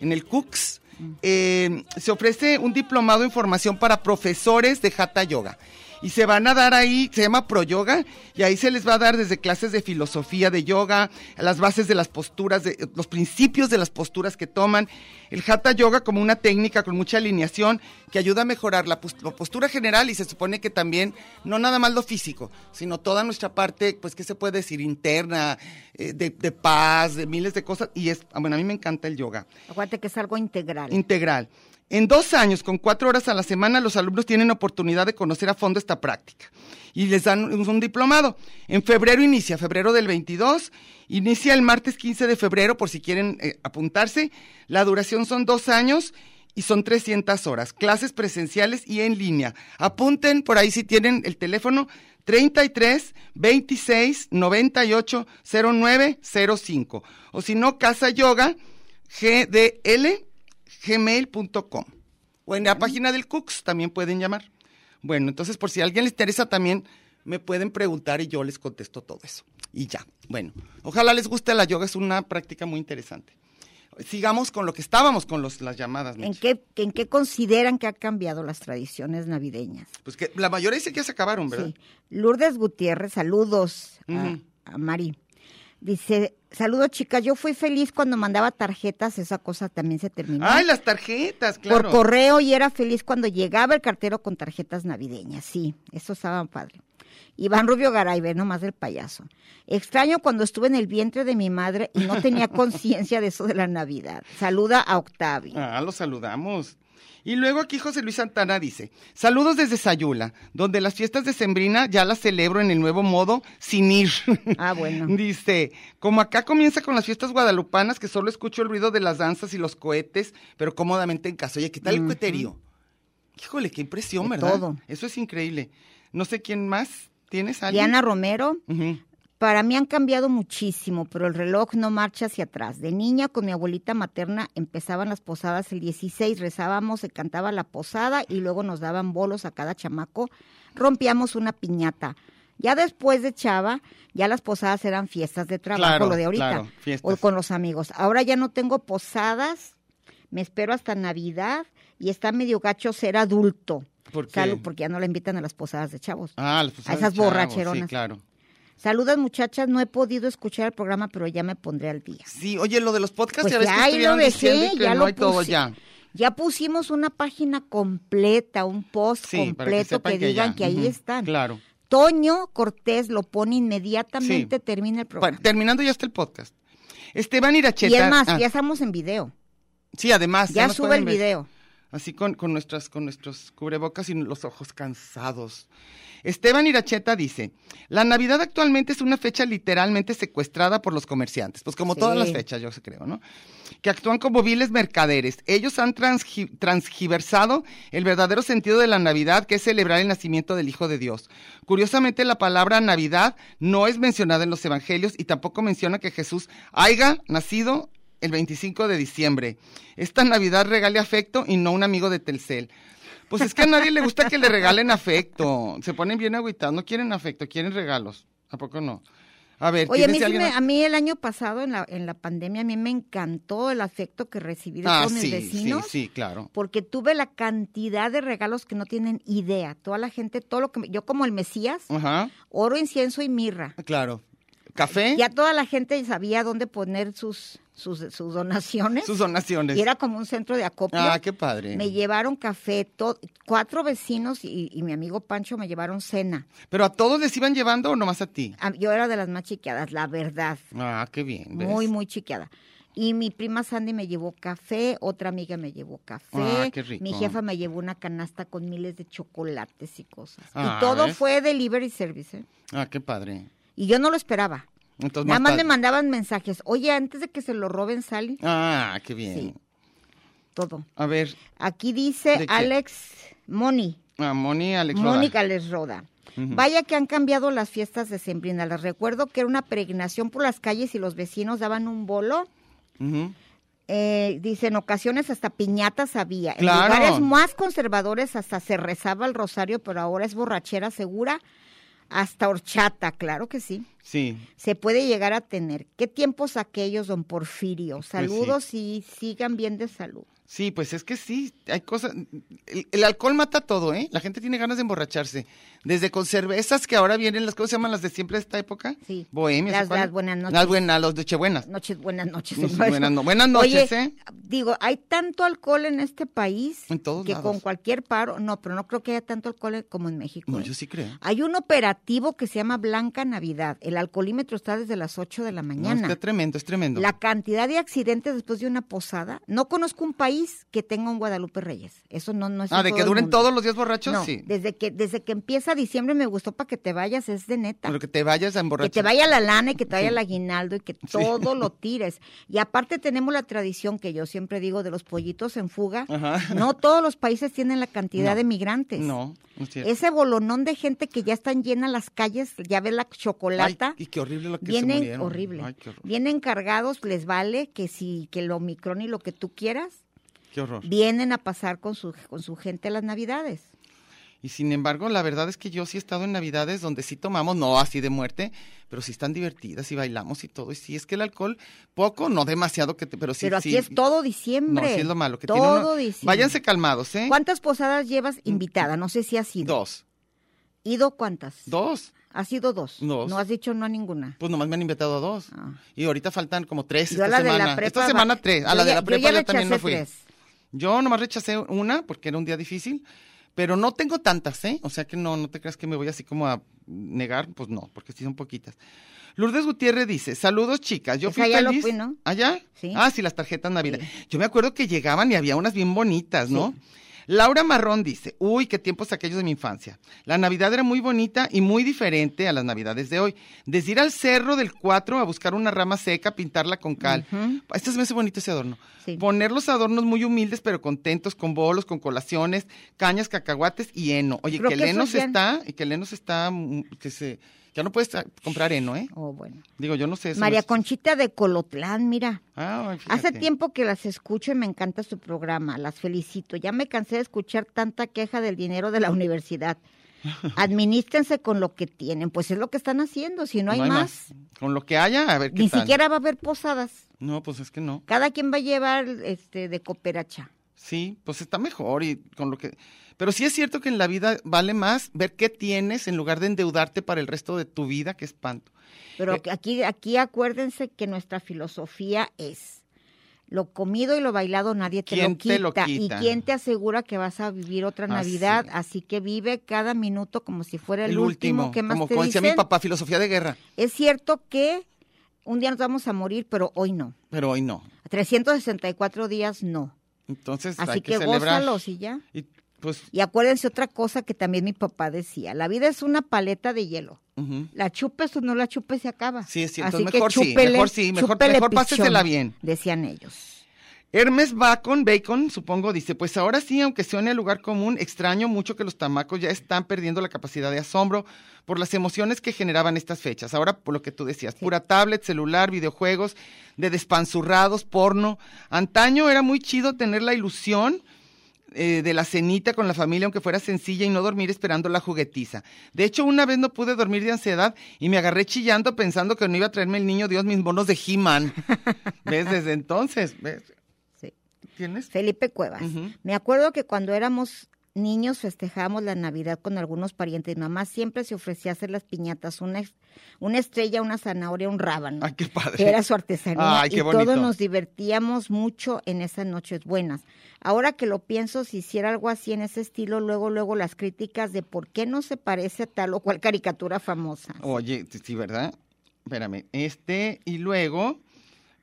C: en el CUCS, eh, se ofrece un diplomado en formación para profesores de Hatha Yoga. Y se van a dar ahí, se llama Pro Yoga, y ahí se les va a dar desde clases de filosofía de yoga, las bases de las posturas, de, los principios de las posturas que toman, el Hatha Yoga como una técnica con mucha alineación que ayuda a mejorar la, pos- la postura general y se supone que también, no nada más lo físico, sino toda nuestra parte, pues, ¿qué se puede decir? Interna, eh, de, de paz, de miles de cosas, y es, ah, bueno, a mí me encanta el yoga
D: Acuérdate que es algo integral.
C: integral. En dos años, con cuatro horas a la semana, los alumnos tienen oportunidad de conocer a fondo esta práctica y les dan un, un diplomado. En febrero inicia, febrero del 22, inicia el martes 15 de febrero por si quieren eh, apuntarse. La duración son dos años y son 300 horas, clases presenciales y en línea. Apunten por ahí si tienen el teléfono 33 26 98 09 05 o si no, Casa Yoga GDL gmail.com o en la página del Cooks también pueden llamar. Bueno, entonces por si a alguien les interesa también me pueden preguntar y yo les contesto todo eso. Y ya, bueno, ojalá les guste la yoga, es una práctica muy interesante. Sigamos con lo que estábamos, con los, las llamadas.
D: ¿En
C: Meche.
D: qué, ¿En qué consideran que han cambiado las tradiciones navideñas?
C: Pues que la mayoría dice que ya se acabaron, ¿verdad?
D: Sí. Lourdes Gutiérrez, saludos a-
C: Ujú.
D: a, Mari. Dice, saludos chicas, yo fui feliz cuando mandaba tarjetas, esa cosa también se terminó.
C: Ay, las tarjetas,
D: Por
C: Ah, claro.
D: correo y era feliz cuando llegaba el cartero con tarjetas navideñas, sí, eso estaba padre. Iván Rubio Garay, ve nomás del payaso. Extraño cuando estuve en el vientre de mi madre y no tenía conciencia de eso de la Navidad. Saluda a Octavio.
C: Ah, los saludamos. Y luego aquí José Luis Santana dice, saludos desde Sayula, donde las fiestas de Sembrina ya las celebro en el nuevo modo sin ir.
D: Ah, bueno.
C: Dice, como acá comienza con las fiestas guadalupanas, que solo escucho el ruido de las danzas y los cohetes, pero cómodamente en casa. Oye, ¿qué tal el coheterío? Híjole, qué impresión,
D: De
C: ¿verdad?
D: todo.
C: Eso es increíble. No sé quién más. ¿Tienes alguien?
D: Diana Romero,
C: Ujú.
D: Para mí han cambiado muchísimo, pero el reloj no marcha hacia atrás. De niña, con mi abuelita materna, empezaban las posadas el 16, rezábamos, se cantaba la posada y luego nos daban bolos a cada chamaco, rompíamos una piñata. Ya después de Chava, ya las posadas eran fiestas de trabajo,
C: Claro,
D: lo de ahorita,
C: claro, fiestas.
D: o con los amigos. Ahora ya no tengo posadas, me espero hasta Navidad y está medio gacho ser adulto.
C: ¿Por qué?
D: Salud, porque ya no la invitan a las posadas de chavos.
C: Ah, las posadas
D: esas
C: de chavos,
D: borracheronas.
C: Sí, claro.
D: Saludas muchachas, no he podido escuchar el programa, pero ya me pondré al día.
C: Sí, oye, lo de los podcasts
D: Pues
C: ya ves
D: ya,
C: que
D: ahí lo
C: estuvieron diciendo
D: dejé,
C: y que
D: ya
C: no
D: lo
C: hay todo
D: puse.
C: ya.
D: Ya pusimos una página completa, un post
C: Sí, para que
D: completo
C: sepan
D: que,
C: que
D: digan
C: ya,
D: que ahí
C: ujú,
D: están.
C: claro.
D: Toño Cortés lo pone inmediatamente,
C: Sí.
D: termina el
C: Pa-
D: programa.
C: terminando ya está el podcast. Esteban
D: y
C: Iracheta.
D: es más,
C: ah,
D: ya estamos en video.
C: sí, además.
D: Ya
C: nos
D: sube
C: pueden
D: el
C: ver.
D: video.
C: Así con, con, nuestras, con nuestros cubrebocas y los ojos cansados. Esteban Iracheta dice, la Navidad actualmente es una fecha literalmente secuestrada por los comerciantes, pues como
D: Sí.
C: todas las fechas, yo creo, ¿no? Que actúan como viles mercaderes. Ellos han transgi- transgiversado el verdadero sentido de la Navidad, que es celebrar el nacimiento del Hijo de Dios. Curiosamente, la palabra Navidad no es mencionada en los evangelios y tampoco menciona que Jesús haya nacido el 25 de diciembre. Esta Navidad regale afecto y no un amigo de Telcel. Pues es que a nadie le gusta que le regalen afecto. Se ponen bien agüitados, no quieren afecto, quieren regalos. ¿A poco no? A ver,
D: Oye, a mí,
C: ¿tienes
D: sí
C: alguien
D: me-
C: más?
D: a mí el año pasado en la, en la pandemia, a mí me encantó el afecto que recibí de
C: Ah,
D: todos
C: sí,
D: mis
C: sí,
D: vecinos.
C: sí, claro.
D: Porque tuve la cantidad de regalos que no tienen idea. Toda la gente, todo lo que me- yo como el Mesías,
C: Ajá,
D: oro, incienso y mirra.
C: claro. ¿Café?
D: Ya toda la gente sabía dónde poner sus, sus, sus donaciones.
C: Sus donaciones.
D: y era como un centro de acopio.
C: Ah, qué padre.
D: Me llevaron café, to- cuatro vecinos y, y mi amigo Pancho me llevaron cena.
C: ¿Pero a todos les iban llevando o nomás a ti?
D: A- Yo era de las más chiqueadas, la verdad.
C: Ah, qué bien. ¿ves?
D: Muy, muy chiqueada. Y mi prima Sandy me llevó café, otra amiga me llevó café.
C: Ah, qué rico.
D: Mi jefa me llevó una canasta con miles de chocolates y cosas.
C: Ah,
D: y todo
C: ¿ves?
D: fue delivery service. ¿eh?
C: Ah, qué padre.
D: Y yo no lo esperaba.
C: Entonces,
D: Nada más
C: Pues padre.
D: me mandaban mensajes. Oye, antes de que se lo roben, Sally,
C: Ah, qué bien.
D: Sí. todo.
C: A ver,
D: Aquí
C: ¿De
D: dice
C: qué?
D: Alex Money.
C: a Moni, Alex Roda.
D: Mónica les roda. Vaya que han cambiado las fiestas de Sembrina. Les recuerdo que era una peregrinación por las calles y los vecinos daban un bolo.
C: Ujú.
D: Eh, dice, en ocasiones hasta piñatas había. En
C: Claro.
D: lugares más conservadores hasta se rezaba el rosario, pero ahora es borrachera segura. Hasta horchata, claro que sí.
C: Sí.
D: Se puede llegar a tener. ¿Qué tiempos aquellos, don Porfirio?
C: Pues sí.
D: Saludos y sigan bien de salud.
C: Sí, pues es que sí, hay cosas. El, el alcohol mata todo, ¿eh? La gente tiene ganas de emborracharse. Desde con cervezas que ahora vienen, las cosas se llaman las de siempre de esta época.
D: Sí.
C: Bohemias.
D: Las-
C: ¿se acuerdan?
D: las buenas noches.
C: Las buenas, los nochebuenas.
D: Noches, buenas noches.
C: Buenas
D: Eduardo.
C: no- buenas noches,
D: Oye,
C: ¿eh?
D: Digo, hay tanto alcohol en este país
C: En todos
D: que
C: lados.
D: con cualquier paro, no, pero no creo que haya tanto alcohol como en México.
C: No,
D: ¿eh?
C: yo sí creo.
D: Hay un operativo que se llama Blanca Navidad. El alcoholímetro está desde las 8 de la
C: No,
D: mañana.
C: está tremendo, es tremendo.
D: la cantidad de accidentes después de una posada. No conozco un país que tenga un Guadalupe Reyes. Eso no, no es en
C: ah, de
D: todo
C: que
D: el
C: duren
D: mundo.
C: todos los días borrachos,
D: No,
C: sí.
D: desde que desde que empieza diciembre me gustó para que te vayas es de neta
C: Pero que te vayas a
D: que
C: emborrachar.
D: te vaya la lana y que te vaya el aguinaldo y que todo lo tires. Y aparte tenemos la tradición que yo siempre digo de los pollitos en fuga.
C: Ajá.
D: No todos los países tienen la cantidad
C: No,
D: de migrantes.
C: No, no es cierto.
D: Ese bolonón de gente que ya están llenas las calles, ya ves la chocolata.
C: Ay, y qué horrible lo que se
D: vienen
C: murieron.
D: horrible.
C: Ay, qué horror.
D: Vienen cargados, les vale que si que el Omicron y lo que tú quieras,
C: Qué horror.
D: vienen a pasar con su con su gente las Navidades.
C: Y sin embargo, la verdad es que yo sí he estado en Navidades donde sí tomamos, no así de muerte, pero sí están divertidas y bailamos y todo. Y sí, es que el alcohol, poco, no demasiado, que te- pero sí.
D: Pero aquí
C: sí-
D: es todo
C: No,
D: diciembre.
C: sí es lo malo. Que
D: todo
C: tiene uno-
D: diciembre.
C: Váyanse calmados, ¿eh?
D: ¿Cuántas posadas llevas invitada? No sé si has ido.
C: Dos.
D: ¿Ido cuántas?
C: Dos.
D: ¿Has ido dos?
C: Dos.
D: No has dicho no a ninguna.
C: Pues nomás me han invitado a dos.
D: Ah.
C: Y ahorita faltan como tres
D: Yo
C: Pues
D: a
C: esta
D: la
C: semana.
D: de la prepa.
C: esta semana tres. A
D: yo
C: la de
D: ya-
C: la
D: yo
C: prepa
D: ya
C: yo, también no
D: rechacé
C: fui.
D: tres.
C: Yo nomás rechacé una porque era un día difícil, pero no tengo tantas, ¿eh? O sea que no, no te creas que me voy así como a negar, pues no, porque sí son poquitas. Lourdes Gutiérrez dice, saludos chicas, yo
D: Esa
C: fui
D: ya lo
C: feliz.
D: fui, ¿no?
C: ¿Allá?
D: Sí.
C: Ah, sí, las tarjetas Navidad. Yo me acuerdo que llegaban y había unas bien bonitas, ¿no? Laura Marrón dice, uy, qué tiempos aquellos de mi infancia. La Navidad era muy bonita y muy diferente a las Navidades de hoy. Desde ir al cerro del 4 a buscar una rama seca, pintarla con cal. Este se me hace bonito ese adorno.
D: Sí.
C: Poner los adornos muy humildes pero contentos, con bolos, con colaciones, cañas, cacahuates y heno. Oye,
D: Creo
C: que el
D: que eso
C: heno se
D: ya-
C: está, y que el heno se está, mm, que se, ya no puedes ah, comprar heno, ¿eh?
D: Oh, bueno.
C: Digo, yo no sé eso.
D: María
C: no es-
D: Conchita de Colotlán, mira.
C: Ah, ay,
D: Hace
C: fíjate.
D: tiempo que las escucho y me encanta su programa. Las felicito. Ya me cansé de escuchar tanta queja del dinero de la universidad. Administrense con lo que tienen, pues es lo que están haciendo, si no
C: Pues
D: hay, más,
C: Con lo que haya, a ver qué
D: ni
C: tal.
D: siquiera va a haber posadas.
C: No, pues es que no.
D: Cada quien va a llevar este de cooperacha.
C: Sí, pues está mejor y con lo que. Pero sí es cierto que en la vida vale más ver qué tienes en lugar de endeudarte para el resto de tu vida, qué espanto.
D: Pero
C: Eh.
D: aquí, aquí acuérdense que nuestra filosofía es lo comido y lo bailado nadie te,
C: ¿Quién
D: lo, quita.
C: te lo quita?
D: Y quién te asegura que vas a vivir otra
C: Ah,
D: Navidad,
C: sí.
D: así que vive cada minuto como si fuera el,
C: El, último,
D: ¿Qué más
C: como
D: te
C: como decía mi
D: dicen?
C: papá, filosofía de guerra.
D: Es cierto que un día nos vamos a morir, pero hoy no.
C: Pero hoy no.
D: 364 días no.
C: Entonces Pues hay
D: Así
C: que,
D: que,
C: celebrar.
D: gózalos y ya.
C: Y pues,
D: Y acuérdense otra cosa que también mi papá decía, la vida es una paleta de hielo.
C: ujú.
D: La chupes o no la chupes se acaba.
C: Sí, es cierto.
D: Así
C: Mejor
D: que
C: sí,
D: chúpele,
C: mejor sí, mejor-
D: chúpele
C: mejor pásesela
D: pichón,
C: bien.
D: Decían ellos.
C: Hermes Bacon, Bacon, supongo, dice, pues ahora sí, aunque sea en el lugar común, extraño mucho que los tamacos ya están perdiendo la capacidad de asombro por las emociones que generaban estas fechas. Ahora, por lo que tú decías, pura tablet, celular, videojuegos, de despanzurrados, porno. Antaño era muy chido tener la ilusión eh, de la cenita con la familia, aunque fuera sencilla, y no dormir esperando la juguetiza. De hecho, una vez no pude dormir de ansiedad y me agarré chillando pensando que no iba a traerme el niño Dios mis monos de He-Man. ¿Ves? Desde entonces, ¿ves?
D: Sí.
C: ¿Tienes?
D: Felipe Cuevas.
C: Ujú.
D: Me acuerdo que cuando éramos niños festejábamos la Navidad con algunos parientes. Mi mamá siempre se ofrecía a hacer las piñatas, una, es- una estrella, una zanahoria, un rábano.
C: Ay, qué padre.
D: que era su artesanía
C: Ay, qué
D: y
C: bonito.
D: todos nos divertíamos mucho en esas noches buenas. Ahora que lo pienso, si hiciera algo así en ese estilo, luego, luego las críticas de por qué no se parece a tal o cual caricatura famosa.
C: Oye, t- sí, ¿verdad? Espérame. Este, y luego,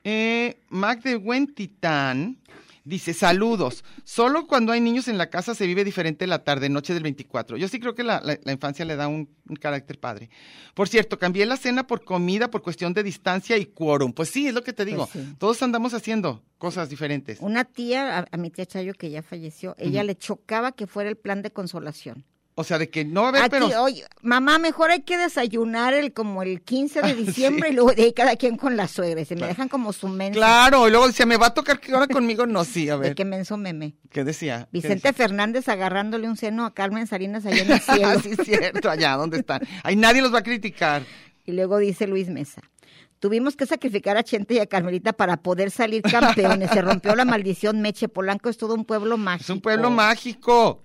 C: eh, Mac de Huentitán dice, saludos. Solo cuando hay niños en la casa se vive diferente la tarde, noche del 24. Yo sí creo que la, la- la infancia le da un, un carácter padre. Por cierto, cambié la cena por comida por cuestión de distancia y quórum. Pues sí, es lo que te digo.
D: sí.
C: Todos andamos haciendo cosas diferentes.
D: Una tía, a, a mi tía Chayo, que ya falleció, ella
C: Ujú.
D: le chocaba que fuera el plan de consolación.
C: O sea, de que no va a haber,
D: Aquí,
C: pero...
D: oye, mamá, mejor hay que desayunar el como el 15 de diciembre y luego de ahí cada quien con la suegra. Y se me
C: Claro.
D: dejan como su menso.
C: Claro, y luego decía, me va a tocar que ahora conmigo no, sí, a
D: De
C: ver.
D: qué menso meme.
C: ¿Qué decía? ¿Qué
D: Vicente
C: decía?
D: Fernández agarrándole un seno a Carmen Salinas allá en el cielo.
C: Así es cierto, allá, ¿dónde están? Ahí nadie los va a criticar.
D: Y luego dice Luis Mesa. Tuvimos que sacrificar a Chente y a Carmelita para poder salir campeones. Se rompió la maldición Meche. Polanco es todo un pueblo mágico.
C: Es un pueblo mágico.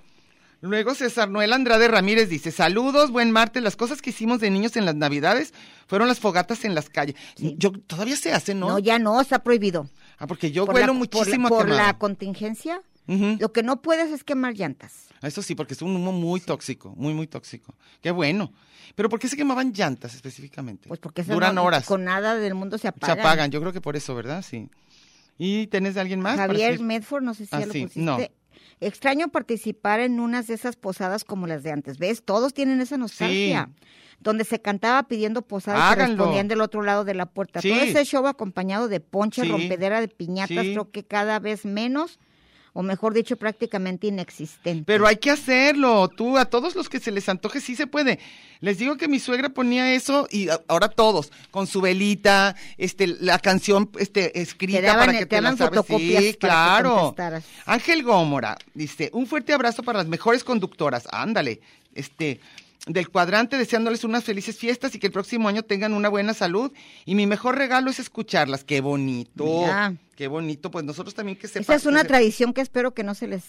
C: Luego César Noel Andrade Ramírez dice, saludos, buen martes. Las cosas que hicimos de niños en las navidades fueron las fogatas en las calles. Yo, todavía se hace, ¿no?
D: No, ya no, está prohibido.
C: Ah, porque yo
D: Por
C: huelo
D: la-
C: muchísimo a
D: Por, la, por la
C: quemado.
D: contingencia,
C: Ujú.
D: lo que no puedes es quemar llantas.
C: Eso sí, porque es un humo muy tóxico, muy, muy tóxico. Qué bueno. Pero ¿por qué se quemaban llantas específicamente?
D: Pues porque eso
C: Duran
D: no-
C: horas.
D: con nada del mundo se
C: Se
D: apagan.
C: apagan, yo creo que por eso, ¿verdad? Sí. ¿Y tenés de alguien más? para
D: Javier
C: seguir?
D: Medford, no sé si
C: Ah,
D: ya lo
C: sí,
D: pusiste.
C: no.
D: Extraño participar en unas de esas posadas como las de antes. ¿Ves? Todos tienen esa nostalgia. Donde se cantaba pidiendo posadas
C: Háganlo.
D: y respondían del otro lado de la puerta.
C: Sí.
D: Todo ese show acompañado de ponche,
C: Sí.
D: rompedera de piñatas,
C: Sí.
D: creo que cada vez menos, o mejor dicho, prácticamente inexistente.
C: Pero hay que hacerlo, tú, a todos los que se les antoje, sí se puede. Les digo que mi suegra ponía eso y a- ahora todos, con su velita, este, la canción este, escrita
D: Te daban- e-
C: para que
D: te
C: te, la
D: daban
C: sabes.
D: fotocopias
C: Sí,
D: para que
C: claro.
D: contestaras.
C: Ángel Gómora dice, un fuerte abrazo para las mejores conductoras. Ándale, este, del cuadrante deseándoles unas felices fiestas y que el próximo año tengan una buena salud. Y mi mejor regalo es escucharlas. Qué bonito.
D: Mira.
C: Qué bonito. Pues nosotros también que sepan.
D: esa es una
C: que, se-
D: tradición que espero que no se les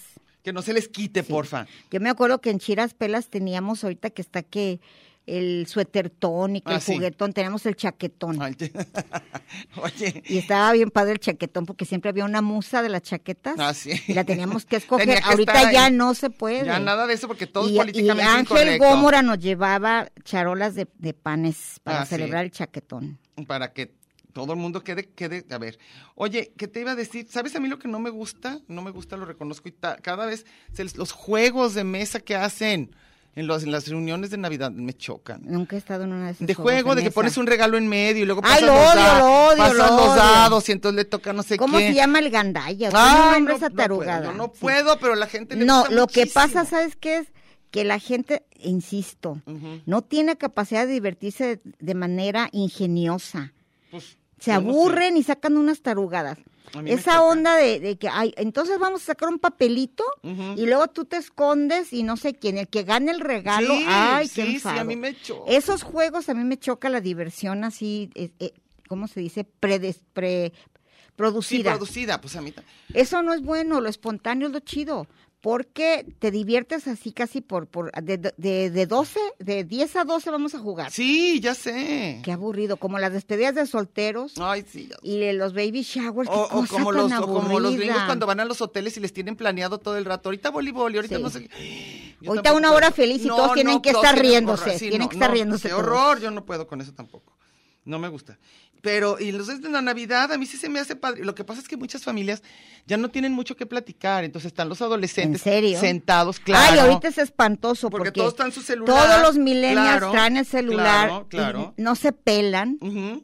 C: que no se les quite, porfa.
D: Yo me acuerdo que en Chiras Pelas teníamos ahorita que está que el suéter tónico,
C: Ah,
D: el
C: sí.
D: juguetón, teníamos el chaquetón.
C: Ay, te- Oye.
D: Y estaba bien padre el chaquetón porque siempre había una musa de las chaquetas.
C: Ah, sí.
D: Y la teníamos
C: Tenía
D: que escoger.
C: que estar
D: ahorita
C: ahí.
D: ya no se puede.
C: Ya nada de eso porque todo
D: y,
C: es
D: y
C: políticamente
D: Ángel
C: incorrecto.
D: Gómora nos llevaba charolas de, de panes para
C: Ah, sí.
D: celebrar el chaquetón.
C: Para que todo el mundo quede, quede, a ver. Oye, ¿qué te iba a decir? ¿Sabes a mí lo que no me gusta? No me gusta, lo reconozco. Y ta- cada vez se les- los juegos de mesa que hacen en, los, en las reuniones de Navidad me chocan.
D: Nunca he estado en una de esas
C: De juego, de que pones un regalo en medio y luego pasas
D: Ay, lo
C: los,
D: odio,
C: da-
D: lo odio,
C: pasas
D: lo
C: los
D: odio.
C: dados y entonces le toca no sé
D: ¿Cómo
C: qué.
D: se llama el gandaya? Tiene un
C: Ay,
D: nombre
C: Ah, no,
D: esa
C: no puedo,
D: tarugada.
C: yo no
D: Sí.
C: puedo, pero la gente le
D: No,
C: gusta
D: lo que pasa,
C: muchísimo.
D: ¿sabes qué es? Que la gente, insisto,
C: Ujú.
D: no tiene capacidad de divertirse de, de manera ingeniosa.
C: Pues,
D: Se
C: yo no sé.
D: aburren y sacan unas tarugadas.
C: A mí me
D: Esa
C: choca.
D: onda de, de que, ay, entonces vamos a sacar un papelito
C: Ujú.
D: y luego tú te escondes y no sé quién, el que gane el regalo,
C: Sí,
D: ay,
C: sí,
D: qué
C: sí,
D: enfado.
C: a mí me choca.
D: Esos juegos a mí me choca la diversión así, eh, eh, ¿cómo se dice? Predes- pre-
C: Sí,
D: producida.
C: producida, pues a mí ta-
D: Eso no es bueno, lo espontáneo es lo chido, porque te diviertes así casi por, por de, de, de 12, de 10 a 12 vamos a jugar.
C: Sí, ya sé.
D: Qué aburrido, como las despedidas de solteros
C: Ay, sí, ya
D: y de los baby showers, qué
C: O, o
D: cosa
C: como
D: tan
C: los, o como los gringos
D: aburrida.
C: cuando van a los hoteles y les tienen planeado todo el rato. Ahorita voleibol y ahorita
D: Sí.
C: no sé qué. Yo
D: Ahorita
C: tampoco
D: una
C: puedo.
D: hora feliz y todos tienen que
C: todos
D: estar
C: tienen
D: riéndose,
C: horror.
D: tienen que estar riéndose
C: Qué
D: todos.
C: horror, yo no puedo con eso tampoco. No me gusta. Pero, y entonces en la Navidad a mí sí se me hace padre. Lo que pasa es que muchas familias ya no tienen mucho que platicar. Entonces están los adolescentes
D: ¿En serio?
C: sentados, claro.
D: Ay, ahorita es espantoso
C: Porque
D: porque,
C: todos están en su celular,
D: todos los millennials
C: claro,
D: traen el celular,
C: claro, claro.
D: y no se pelan.
C: Ujú.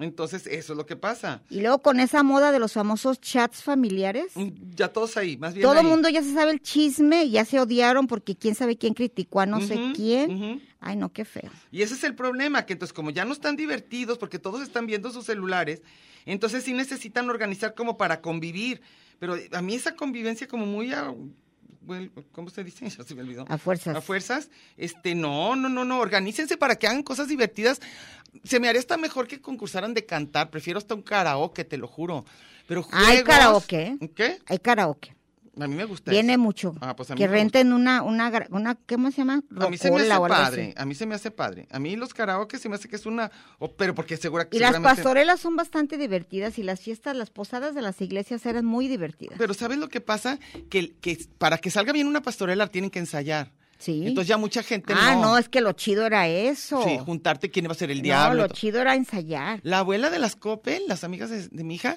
C: Entonces eso es lo que pasa.
D: Y luego con esa moda de los famosos chats familiares,
C: Mm, Ya todos ahí, más bien
D: todo
C: ahí.
D: el mundo ya se sabe el chisme, ya se odiaron porque quién sabe quién criticó a no sé
C: Ujú,
D: quién.
C: ujú.
D: Ay, no, qué feo.
C: Y ese es el problema, que entonces como ya no están divertidos porque todos están viendo sus celulares, entonces sí necesitan organizar como para convivir. Pero a mí esa convivencia como muy a- bueno, ¿cómo se dice? Ya se me olvidó.
D: A fuerzas.
C: A fuerzas. Este, no, no, no, no, organícense para que hagan cosas divertidas. Se me haría hasta mejor que concursaran de cantar, prefiero hasta un karaoke, te lo juro. Pero
D: Ah, hay
C: juegos...
D: karaoke, ¿eh?
C: ¿Qué?
D: Hay karaoke.
C: A mí me gusta.
D: Viene
C: eso.
D: mucho.
C: Ah, pues a mí
D: que
C: me gusta.
D: renten una, una, gra- una, ¿cómo se llama? Pues,
C: A mí se me hace
D: Rocola o algo así.
C: padre, a mí se me hace padre. A mí los karaoke se me hace que es una... o- pero porque segura que...
D: Y las
C: seguramente-
D: pastorelas son bastante divertidas y las fiestas, las posadas de las iglesias eran muy divertidas.
C: Pero ¿sabes lo que pasa? Que, que para que salga bien una pastorela tienen que ensayar.
D: Sí.
C: Entonces ya mucha gente
D: ah,
C: no.
D: no. es que lo chido era eso.
C: Sí, juntarte quién va a ser el
D: No,
C: diablo.
D: lo chido era ensayar.
C: La abuela de las Coppel, las amigas de, de mi hija,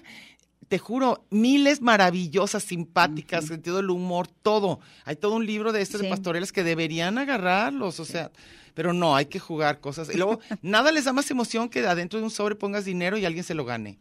C: te juro, miles maravillosas, simpáticas, sentido del humor, todo. Hay todo un libro de estos de
D: Sí.
C: pastorelas que deberían agarrarlos, o sea, pero no, hay que jugar cosas. Y luego, nada les da más emoción que adentro de un sobre pongas dinero y alguien se lo gane.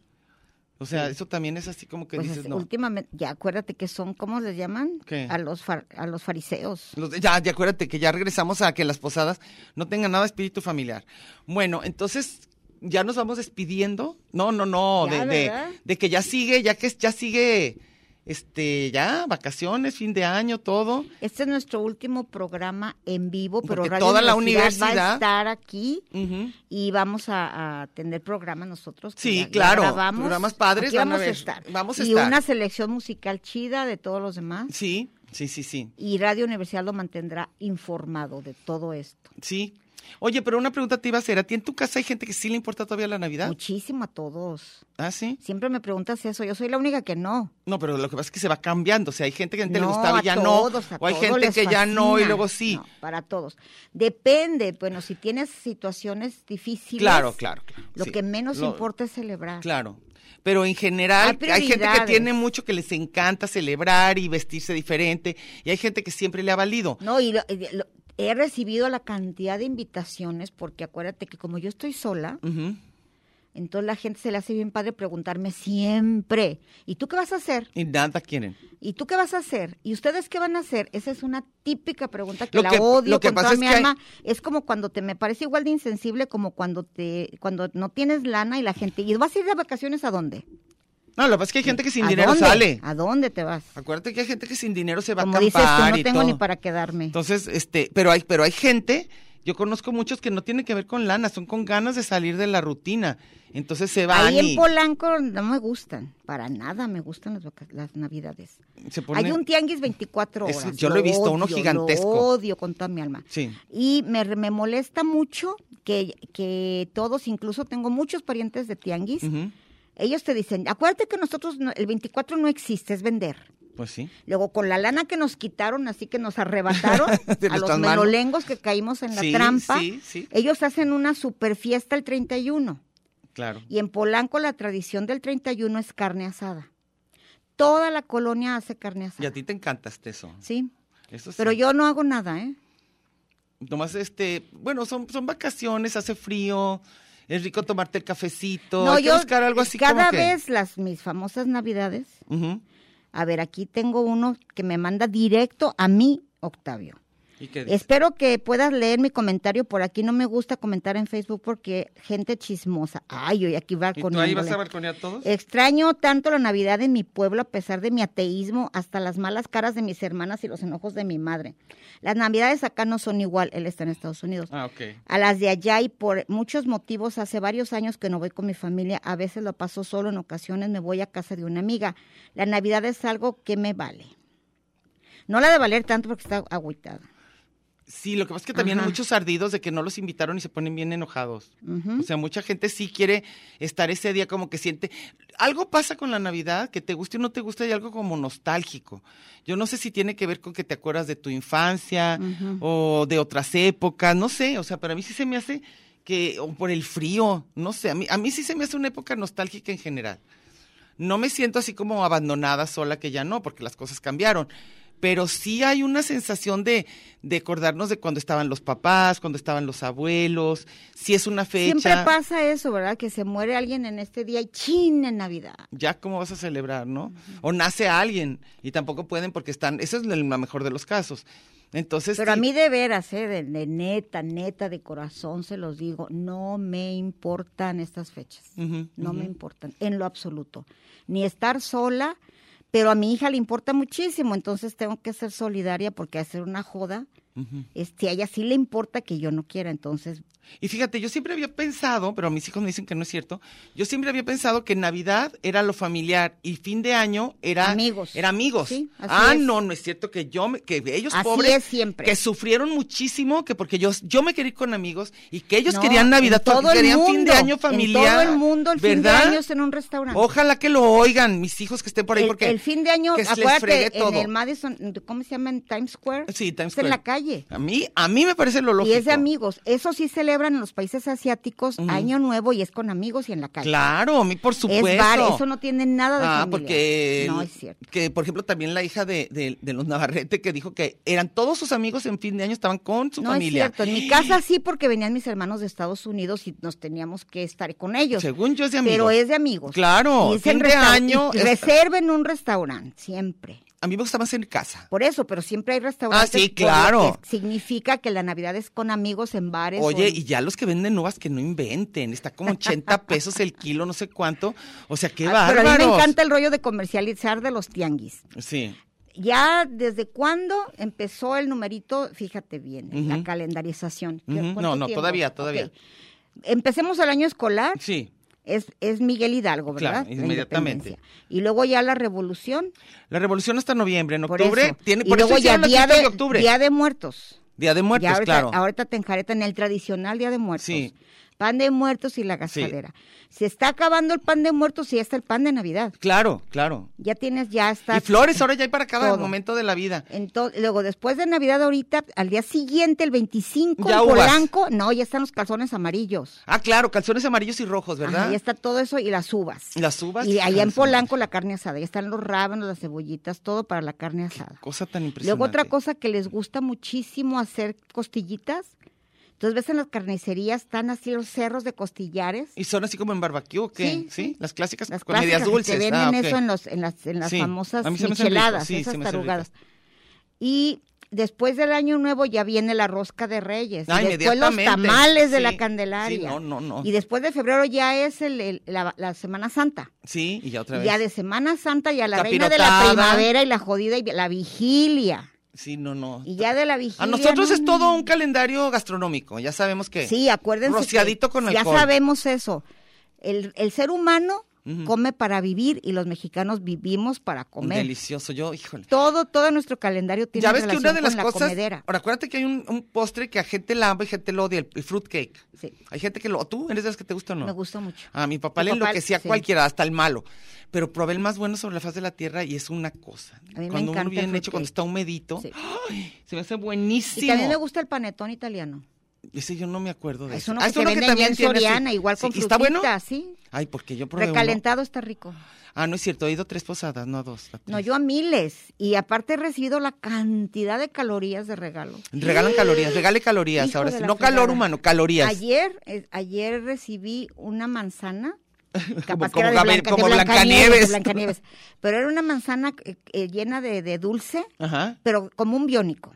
C: O sea, eso también es así como que
D: Pues
C: dices,
D: es-
C: no.
D: últimamente, ya acuérdate que son, ¿cómo les llaman?
C: ¿Qué?
D: A los far- a los fariseos.
C: Los de- ya, ya acuérdate que ya regresamos a que las posadas no tengan nada de espíritu familiar. Bueno, entonces ya nos vamos despidiendo. No, no, no,
D: Ya,
C: de, de-
D: ¿verdad?
C: de que ya sigue, ya que es- ya sigue, este, ya, vacaciones, fin de año, todo.
D: Este es nuestro último programa en vivo, pero
C: Porque
D: Radio
C: toda la
D: va
C: universidad-
D: a estar aquí
C: Ujú.
D: y vamos a, a tener programa nosotros. que
C: Sí,
D: ya- ya
C: claro,
D: grabamos.
C: programas padres
D: Aquí
C: van a
D: vamos a,
C: ver,
D: estar.
C: vamos a
D: y
C: estar.
D: una selección musical chida de todos los demás.
C: Sí, sí, sí, sí,
D: Y Radio Universidad lo mantendrá informado de todo esto.
C: sí. Oye, pero una pregunta te iba a hacer. ¿A ti en tu casa hay gente que sí le importa todavía la Navidad?
D: Muchísimo a todos.
C: Ah, sí.
D: Siempre me preguntas eso. Yo soy la única que no.
C: No, pero lo que pasa es que se va cambiando. O sea, hay gente que antes le
D: No,
C: gustaba
D: a
C: y ya
D: todos,
C: no.
D: a
C: O hay
D: todos
C: gente
D: les
C: que ya no y
D: fascina.
C: luego sí.
D: No, para todos. Depende. Bueno, si tienes situaciones difíciles.
C: Claro, claro, claro,
D: Lo
C: sí.
D: que menos
C: Lo-
D: importa es celebrar.
C: Claro. Pero en general hay,
D: Hay
C: gente que
D: prioridades.
C: tiene mucho que les encanta celebrar y vestirse diferente y hay gente que siempre le ha valido.
D: No, y lo- y lo- he recibido la cantidad de invitaciones porque acuérdate que como yo estoy sola,
C: Ujú.
D: entonces la gente se le hace bien padre preguntarme siempre, ¿y tú qué vas a hacer?
C: Y nada quieren.
D: ¿Y tú qué vas a hacer? ¿Y ustedes qué van a hacer? Esa es una típica pregunta que
C: Lo
D: la
C: que-
D: odio
C: lo que
D: con
C: pasa
D: toda
C: es
D: mi
C: que hay-
D: alma. Es como cuando te me parece igual de insensible como cuando te cuando no tienes lana y la gente y vas a ir de vacaciones a dónde?
C: No, lo que pasa es que hay gente que sin
D: ¿A
C: dinero
D: dónde?
C: sale.
D: ¿A dónde te vas?
C: Acuérdate que hay gente que sin dinero se va
D: Como
C: a
D: dices tú,
C: acampar
D: no
C: y
D: tengo ni
C: todo.
D: para quedarme.
C: Entonces, este, pero hay, pero hay gente, yo conozco muchos que no tienen que ver con lana, son con ganas de salir de la rutina. Entonces se van
D: Ahí
C: y
D: en Polanco no me gustan, para nada me gustan las, vaca- las navidades.
C: se ponen-
D: Hay un tianguis 24
C: Es-
D: horas.
C: yo lo he visto, uno gigantesco.
D: Lo odio con toda mi alma.
C: Sí.
D: Y me, me molesta mucho que, que todos, incluso tengo muchos parientes de tianguis,
C: Ujú,
D: ellos te dicen, acuérdate que nosotros, no- el 24 no existe, es vender.
C: Pues sí.
D: Luego, con la lana que nos quitaron, así que nos arrebataron
C: De
D: a
C: nuestras
D: los
C: manos.
D: melolengos que caímos en la
C: Sí,
D: trampa,
C: sí, sí.
D: ellos hacen una super fiesta el 31.
C: Claro.
D: Y en Polanco la tradición del 31 es carne asada. Toda la colonia hace carne asada.
C: Y a ti te encantaste eso.
D: Sí,
C: Eso sí.
D: pero yo no hago nada, ¿eh?
C: Nomás este, bueno, son, son vacaciones, hace frío, es rico tomarte el cafecito.
D: No,
C: hay que
D: yo
C: buscar algo así
D: cada
C: como que-
D: vez las mis famosas navidades.
C: Ujú.
D: A ver, aquí tengo uno que me manda directo a mí, Octavio.
C: ¿Y qué dice?
D: Espero que puedas leer mi comentario por aquí. No me gusta comentar en Facebook porque gente chismosa. Ay, hoy aquí va
C: ¿Y
D: con
C: tú ahí vas a balconear a todos?
D: Extraño tanto la Navidad en mi pueblo a pesar de mi ateísmo, hasta las malas caras de mis hermanas y los enojos de mi madre. Las Navidades acá no son igual, él está en Estados Unidos.
C: Ah, ok.
D: A las de allá y por muchos motivos hace varios años que no voy con mi familia, a veces lo paso solo, en ocasiones me voy a casa de una amiga. La Navidad es algo que me vale. No la de valer tanto porque está agüitada.
C: Sí, lo que pasa es que también hay
D: Ajá.
C: muchos ardidos de que no los invitaron y se ponen bien enojados. O sea, mucha gente sí quiere estar ese día como que siente... Algo pasa con la Navidad, que te guste o no te guste, hay algo como nostálgico. Yo no sé si tiene que ver con que te acuerdas de tu infancia o de otras épocas, no sé. O sea, para mí sí se me hace que... O por el frío, no sé. A mí, a mí sí se me hace una época nostálgica en general. No me siento así como abandonada sola, que ya no, porque las cosas cambiaron. Pero sí hay una sensación de, de acordarnos de cuando estaban los papás, cuando estaban los abuelos, si es una fecha.
D: Siempre pasa eso, ¿verdad? Que se muere alguien en este día y chin en Navidad.
C: ya cómo vas a celebrar, ¿no? O nace alguien y tampoco pueden porque están, eso es el- la mejor de los casos. Entonces,
D: Pero a
C: sí,
D: mí de veras, ¿eh? de, de neta, neta, de corazón se los digo, no me importan estas fechas.
C: Ujú,
D: no me importan, en lo absoluto. Ni estar sola, pero a mi hija le importa muchísimo, entonces tengo que ser solidaria porque hacer una joda, este, a ella sí le importa que yo no quiera, entonces
C: y fíjate, yo siempre había pensado, pero mis hijos me dicen que no es cierto, yo siempre había pensado que Navidad era lo familiar y fin de año era
D: Amigos.
C: Era amigos.
D: Sí, así
C: ah,
D: es.
C: no, no es cierto que yo, me- que ellos
D: Así
C: pobres,
D: es siempre.
C: que sufrieron muchísimo, que porque yo, yo me quería ir con amigos y que ellos
D: No,
C: querían Navidad,
D: en todo el
C: querían fin
D: mundo,
C: de año
D: en
C: familiar.
D: todo el mundo el fin de
C: ¿verdad?
D: año es en un restaurante.
C: Ojalá que lo oigan mis hijos que estén por ahí
D: el,
C: porque
D: el fin de año,
C: que se les fregue
D: acuérdate, en
C: todo.
D: el Madison, ¿cómo se llama? En Times Square.
C: Sí, Times
D: Es en la
C: Square.
D: calle.
C: A mí, a mí me parece lo lógico.
D: Y es de amigos. Eso sí celebran en los países asiáticos
C: Ujú.
D: Año Nuevo y es con amigos y en la calle.
C: Claro, a mí por supuesto.
D: Es bar, eso no tiene nada de
C: Ah,
D: familiar.
C: porque
D: No
C: el-
D: es cierto.
C: que por ejemplo también la hija de, de- de los Navarrete que dijo que eran todos sus amigos en fin de año estaban con su
D: no
C: familia.
D: es cierto. En mi casa sí, porque venían mis hermanos de Estados Unidos y nos teníamos que estar con ellos.
C: Según yo es de amigos.
D: Pero es de amigos.
C: Claro,
D: Y es en
C: fin de
D: restaur-
C: año
D: y
C: es-
D: Reserven un restaurante, siempre.
C: A mí me gusta más en casa.
D: Por eso, pero siempre hay restaurantes.
C: Ah, sí,
D: por lo
C: claro.
D: que significa que la Navidad es con amigos en bares. o
C: Oye,
D: en-
C: y ya los que venden uvas que no inventen, está como 80 pesos el kilo, no sé cuánto. O sea, qué
D: Ah, Pero
C: bárbaros.
D: a mí me encanta el rollo de comercializar de los tianguis.
C: Sí.
D: Ya desde cuándo empezó el numerito, fíjate bien, la
C: Ujú.
D: calendarización. ¿Qué-
C: Ujú.
D: cuánto
C: No, no,
D: tiempo?
C: todavía, todavía.
D: Ok. Empecemos el año escolar.
C: Sí.
D: Es, es Miguel Hidalgo, ¿verdad?
C: Claro,
D: La
C: inmediatamente.
D: independencia. Y luego ya la revolución.
C: La revolución hasta noviembre, en
D: por
C: octubre
D: eso.
C: tiene
D: y
C: por
D: luego
C: eso
D: ya
C: hicieron la
D: día
C: fiesta
D: de,
C: de octubre.
D: Día de Muertos.
C: Día de muertos,
D: Ya ahorita,
C: claro.
D: ahorita te enjaretan el tradicional Día de Muertos.
C: Sí.
D: Pan de muertos y la gastadera. Se está acabando el pan de muertos y ya está el pan de Navidad.
C: Claro, claro.
D: Ya tienes, ya está.
C: Y flores ahora ya hay para cada
D: Todo.
C: momento de la vida.
D: Entonces, luego después de Navidad ahorita, al día siguiente, el 25,
C: Ya
D: en
C: uvas.
D: Polanco, no, ya están los calzones amarillos.
C: Ah, claro, calzones amarillos y rojos, ¿verdad?
D: Ajá, ya está todo eso y las uvas.
C: Las uvas
D: Y allá en
C: calzones.
D: Polanco la carne asada, ya están los rábanos, las cebollitas, todo para la carne asada.
C: Cosa tan impresionante.
D: Luego otra cosa que les gusta muchísimo hacer costillitas. Entonces ves en las carnicerías están así los cerros de costillares.
C: Y son así como en barbecue, ¿o ¿qué? Sí,
D: Sí, sí.
C: las clásicas
D: Las
C: con medias
D: clásicas
C: dulces.
D: que te
C: Ah,
D: venden
C: ok.
D: eso en, los, en las, en las
C: Sí,
D: famosas
C: a mí se me hacen
D: micheladas,
C: ricos, sí, se
D: esas
C: me hacen
D: tarugadas. Y después del año nuevo ya viene la rosca de reyes.
C: Ah,
D: y después los
C: inmediatamente,
D: tamales de
C: sí,
D: la
C: sí,
D: Candelaria.
C: no, no, no.
D: Y después de febrero ya es el- el- la, la Semana Santa.
C: Sí, y ya otra
D: Y
C: vez.
D: ya de Semana Santa ya la reina de la
C: Capirotada.
D: primavera y la jodida y la vigilia.
C: Sí, no, no.
D: Y ya de la vigilia.
C: A nosotros
D: no,
C: es
D: no,
C: todo un calendario gastronómico, ya sabemos que.
D: Sí, acuérdense. que
C: Rociadito con
D: Ya
C: alcohol.
D: sabemos eso. El, el ser humano
C: Ujú.
D: come para vivir y los mexicanos vivimos para comer.
C: Delicioso, yo, híjole.
D: Todo, todo nuestro calendario tiene
C: Ya ves que
D: relación
C: una de
D: con
C: las
D: la
C: cosas.
D: comedera.
C: Ahora, acuérdate que hay un, un postre que a gente la ama y gente lo odia, el, el fruitcake.
D: Sí.
C: Hay gente que lo. ¿Tú eres de las que te gusta o no?
D: Me gustó mucho.
C: A mi papá
D: Mi
C: le
D: papá,
C: enloquecía a
D: sí.
C: cualquiera, hasta el malo. Pero probé el más bueno sobre la faz de la tierra y es una cosa.
D: A mí me
C: cuando
D: encanta
C: uno
D: el
C: bien hecho, cuando
D: fruitcake.
C: está humedito,
D: Sí.
C: ¡ay! se me hace
D: Y también me
C: buenísimo.
D: gusta el panetón italiano.
C: Ese yo no me acuerdo de
D: Es
C: eso.
D: uno
C: Ah,
D: que se vende allá en
C: tiene, sí.
D: Soriana, igual
C: Sí,
D: con
C: ¿y ¿Está
D: frutita,
C: bueno?
D: sí.
C: Ay, porque yo probé uno.
D: Recalentado está rico.
C: Ah, no es cierto, he ido a tres posadas, no a dos. a
D: No,
C: tres.
D: yo a miles. Y aparte he recibido la cantidad de calorías de regalo.
C: Regalan calorías, regale calorías
D: Hijo
C: ahora.
D: de
C: sí.
D: la
C: No calor
D: fregada.
C: humano, calorías.
D: Ayer, eh, ayer recibí una manzana.
C: Como-
D: Capaz
C: como
D: que era de
C: Gabriel-
D: Blanca-
C: como
D: de
C: Blancanieves.
D: de Blancanieves. Pero era una manzana eh, eh, llena de, de dulce,
C: Ajá.
D: pero como un biónico.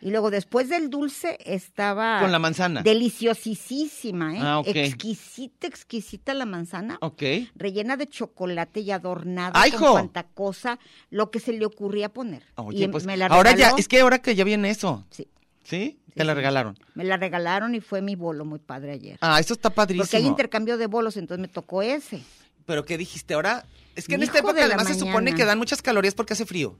D: Y luego después del dulce estaba...
C: Con la manzana.
D: Deliciosísima, ¿eh?
C: Ah, ok.
D: Exquisita, exquisita la manzana.
C: Ok.
D: Rellena de chocolate y adornada
C: ¡Ay,
D: con
C: jo!
D: cuanta cosa, lo que se le ocurría poner.
C: Oye,
D: y
C: pues,
D: me la
C: ahora ya,
D: regaló.
C: es que ahora que ya viene eso,
D: Sí,
C: ¿sí? Te la regalaron.
D: me la regalaron y fue mi bolo muy padre ayer.
C: Ah, eso está padrísimo.
D: Porque hay intercambio de bolos, entonces me tocó ese.
C: Pero ¿qué dijiste ahora? Es que en
D: Hijo
C: esta época
D: de la
C: además se supone
D: mañana.
C: que dan muchas calorías porque hace frío.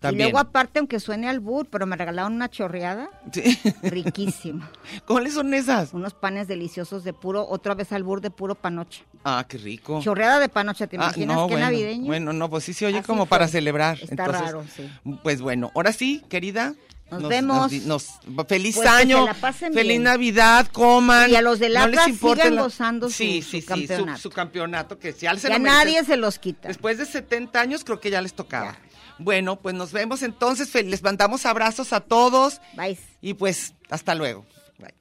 C: También.
D: Y luego aparte, aunque suene al bur, pero me regalaron una chorreada
C: Sí.
D: riquísima.
C: ¿Cuáles son esas?
D: Unos panes deliciosos de puro, otra vez al bur de puro panocha.
C: Ah, qué rico.
D: Chorreada de panocha, ¿te
C: Ah,
D: imaginas qué
C: bueno,
D: navideño?
C: Bueno, no, pues sí se oye
D: Así
C: como
D: fue.
C: para celebrar.
D: Está
C: Entonces,
D: raro, sí.
C: Pues bueno, ahora sí, querida.
D: Nos vemos.
C: di- nos- feliz
D: Pues que se
C: año.
D: la pasen
C: feliz
D: bien.
C: Navidad, coman.
D: Y a los del
C: no
D: Atlas
C: les importa
D: sigan gozando su-
C: sí,
D: su
C: sí, sí,
D: campeonato.
C: Su, campeonato que si alce
D: que a nadie se los quita.
C: Después de 70 años creo que ya les tocaba.
D: Ya.
C: Bueno, pues nos vemos entonces. Fel- Les mandamos abrazos a todos
D: Bye.
C: y pues hasta luego. Bye.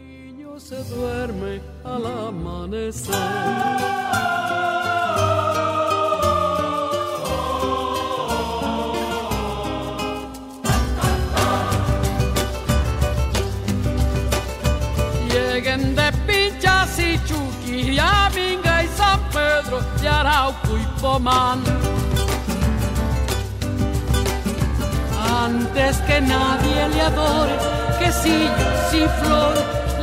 B: niño se duerme al amanecer. Lleguen de Pinchas y Chuquis, y a Minga y San Pedro, de Arauco y Pomán. Antes que nadie le adore, que si sin flor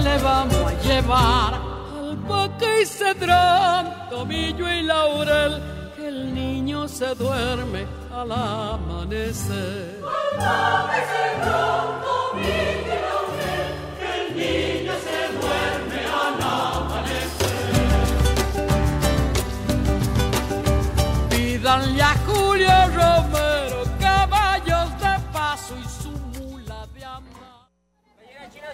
B: le vamos a llevar albahaca y cedrón, tomillo y laurel, que el niño se duerme al amanecer. Pídanle a Julio Romero caballos de paso y su mula de amar.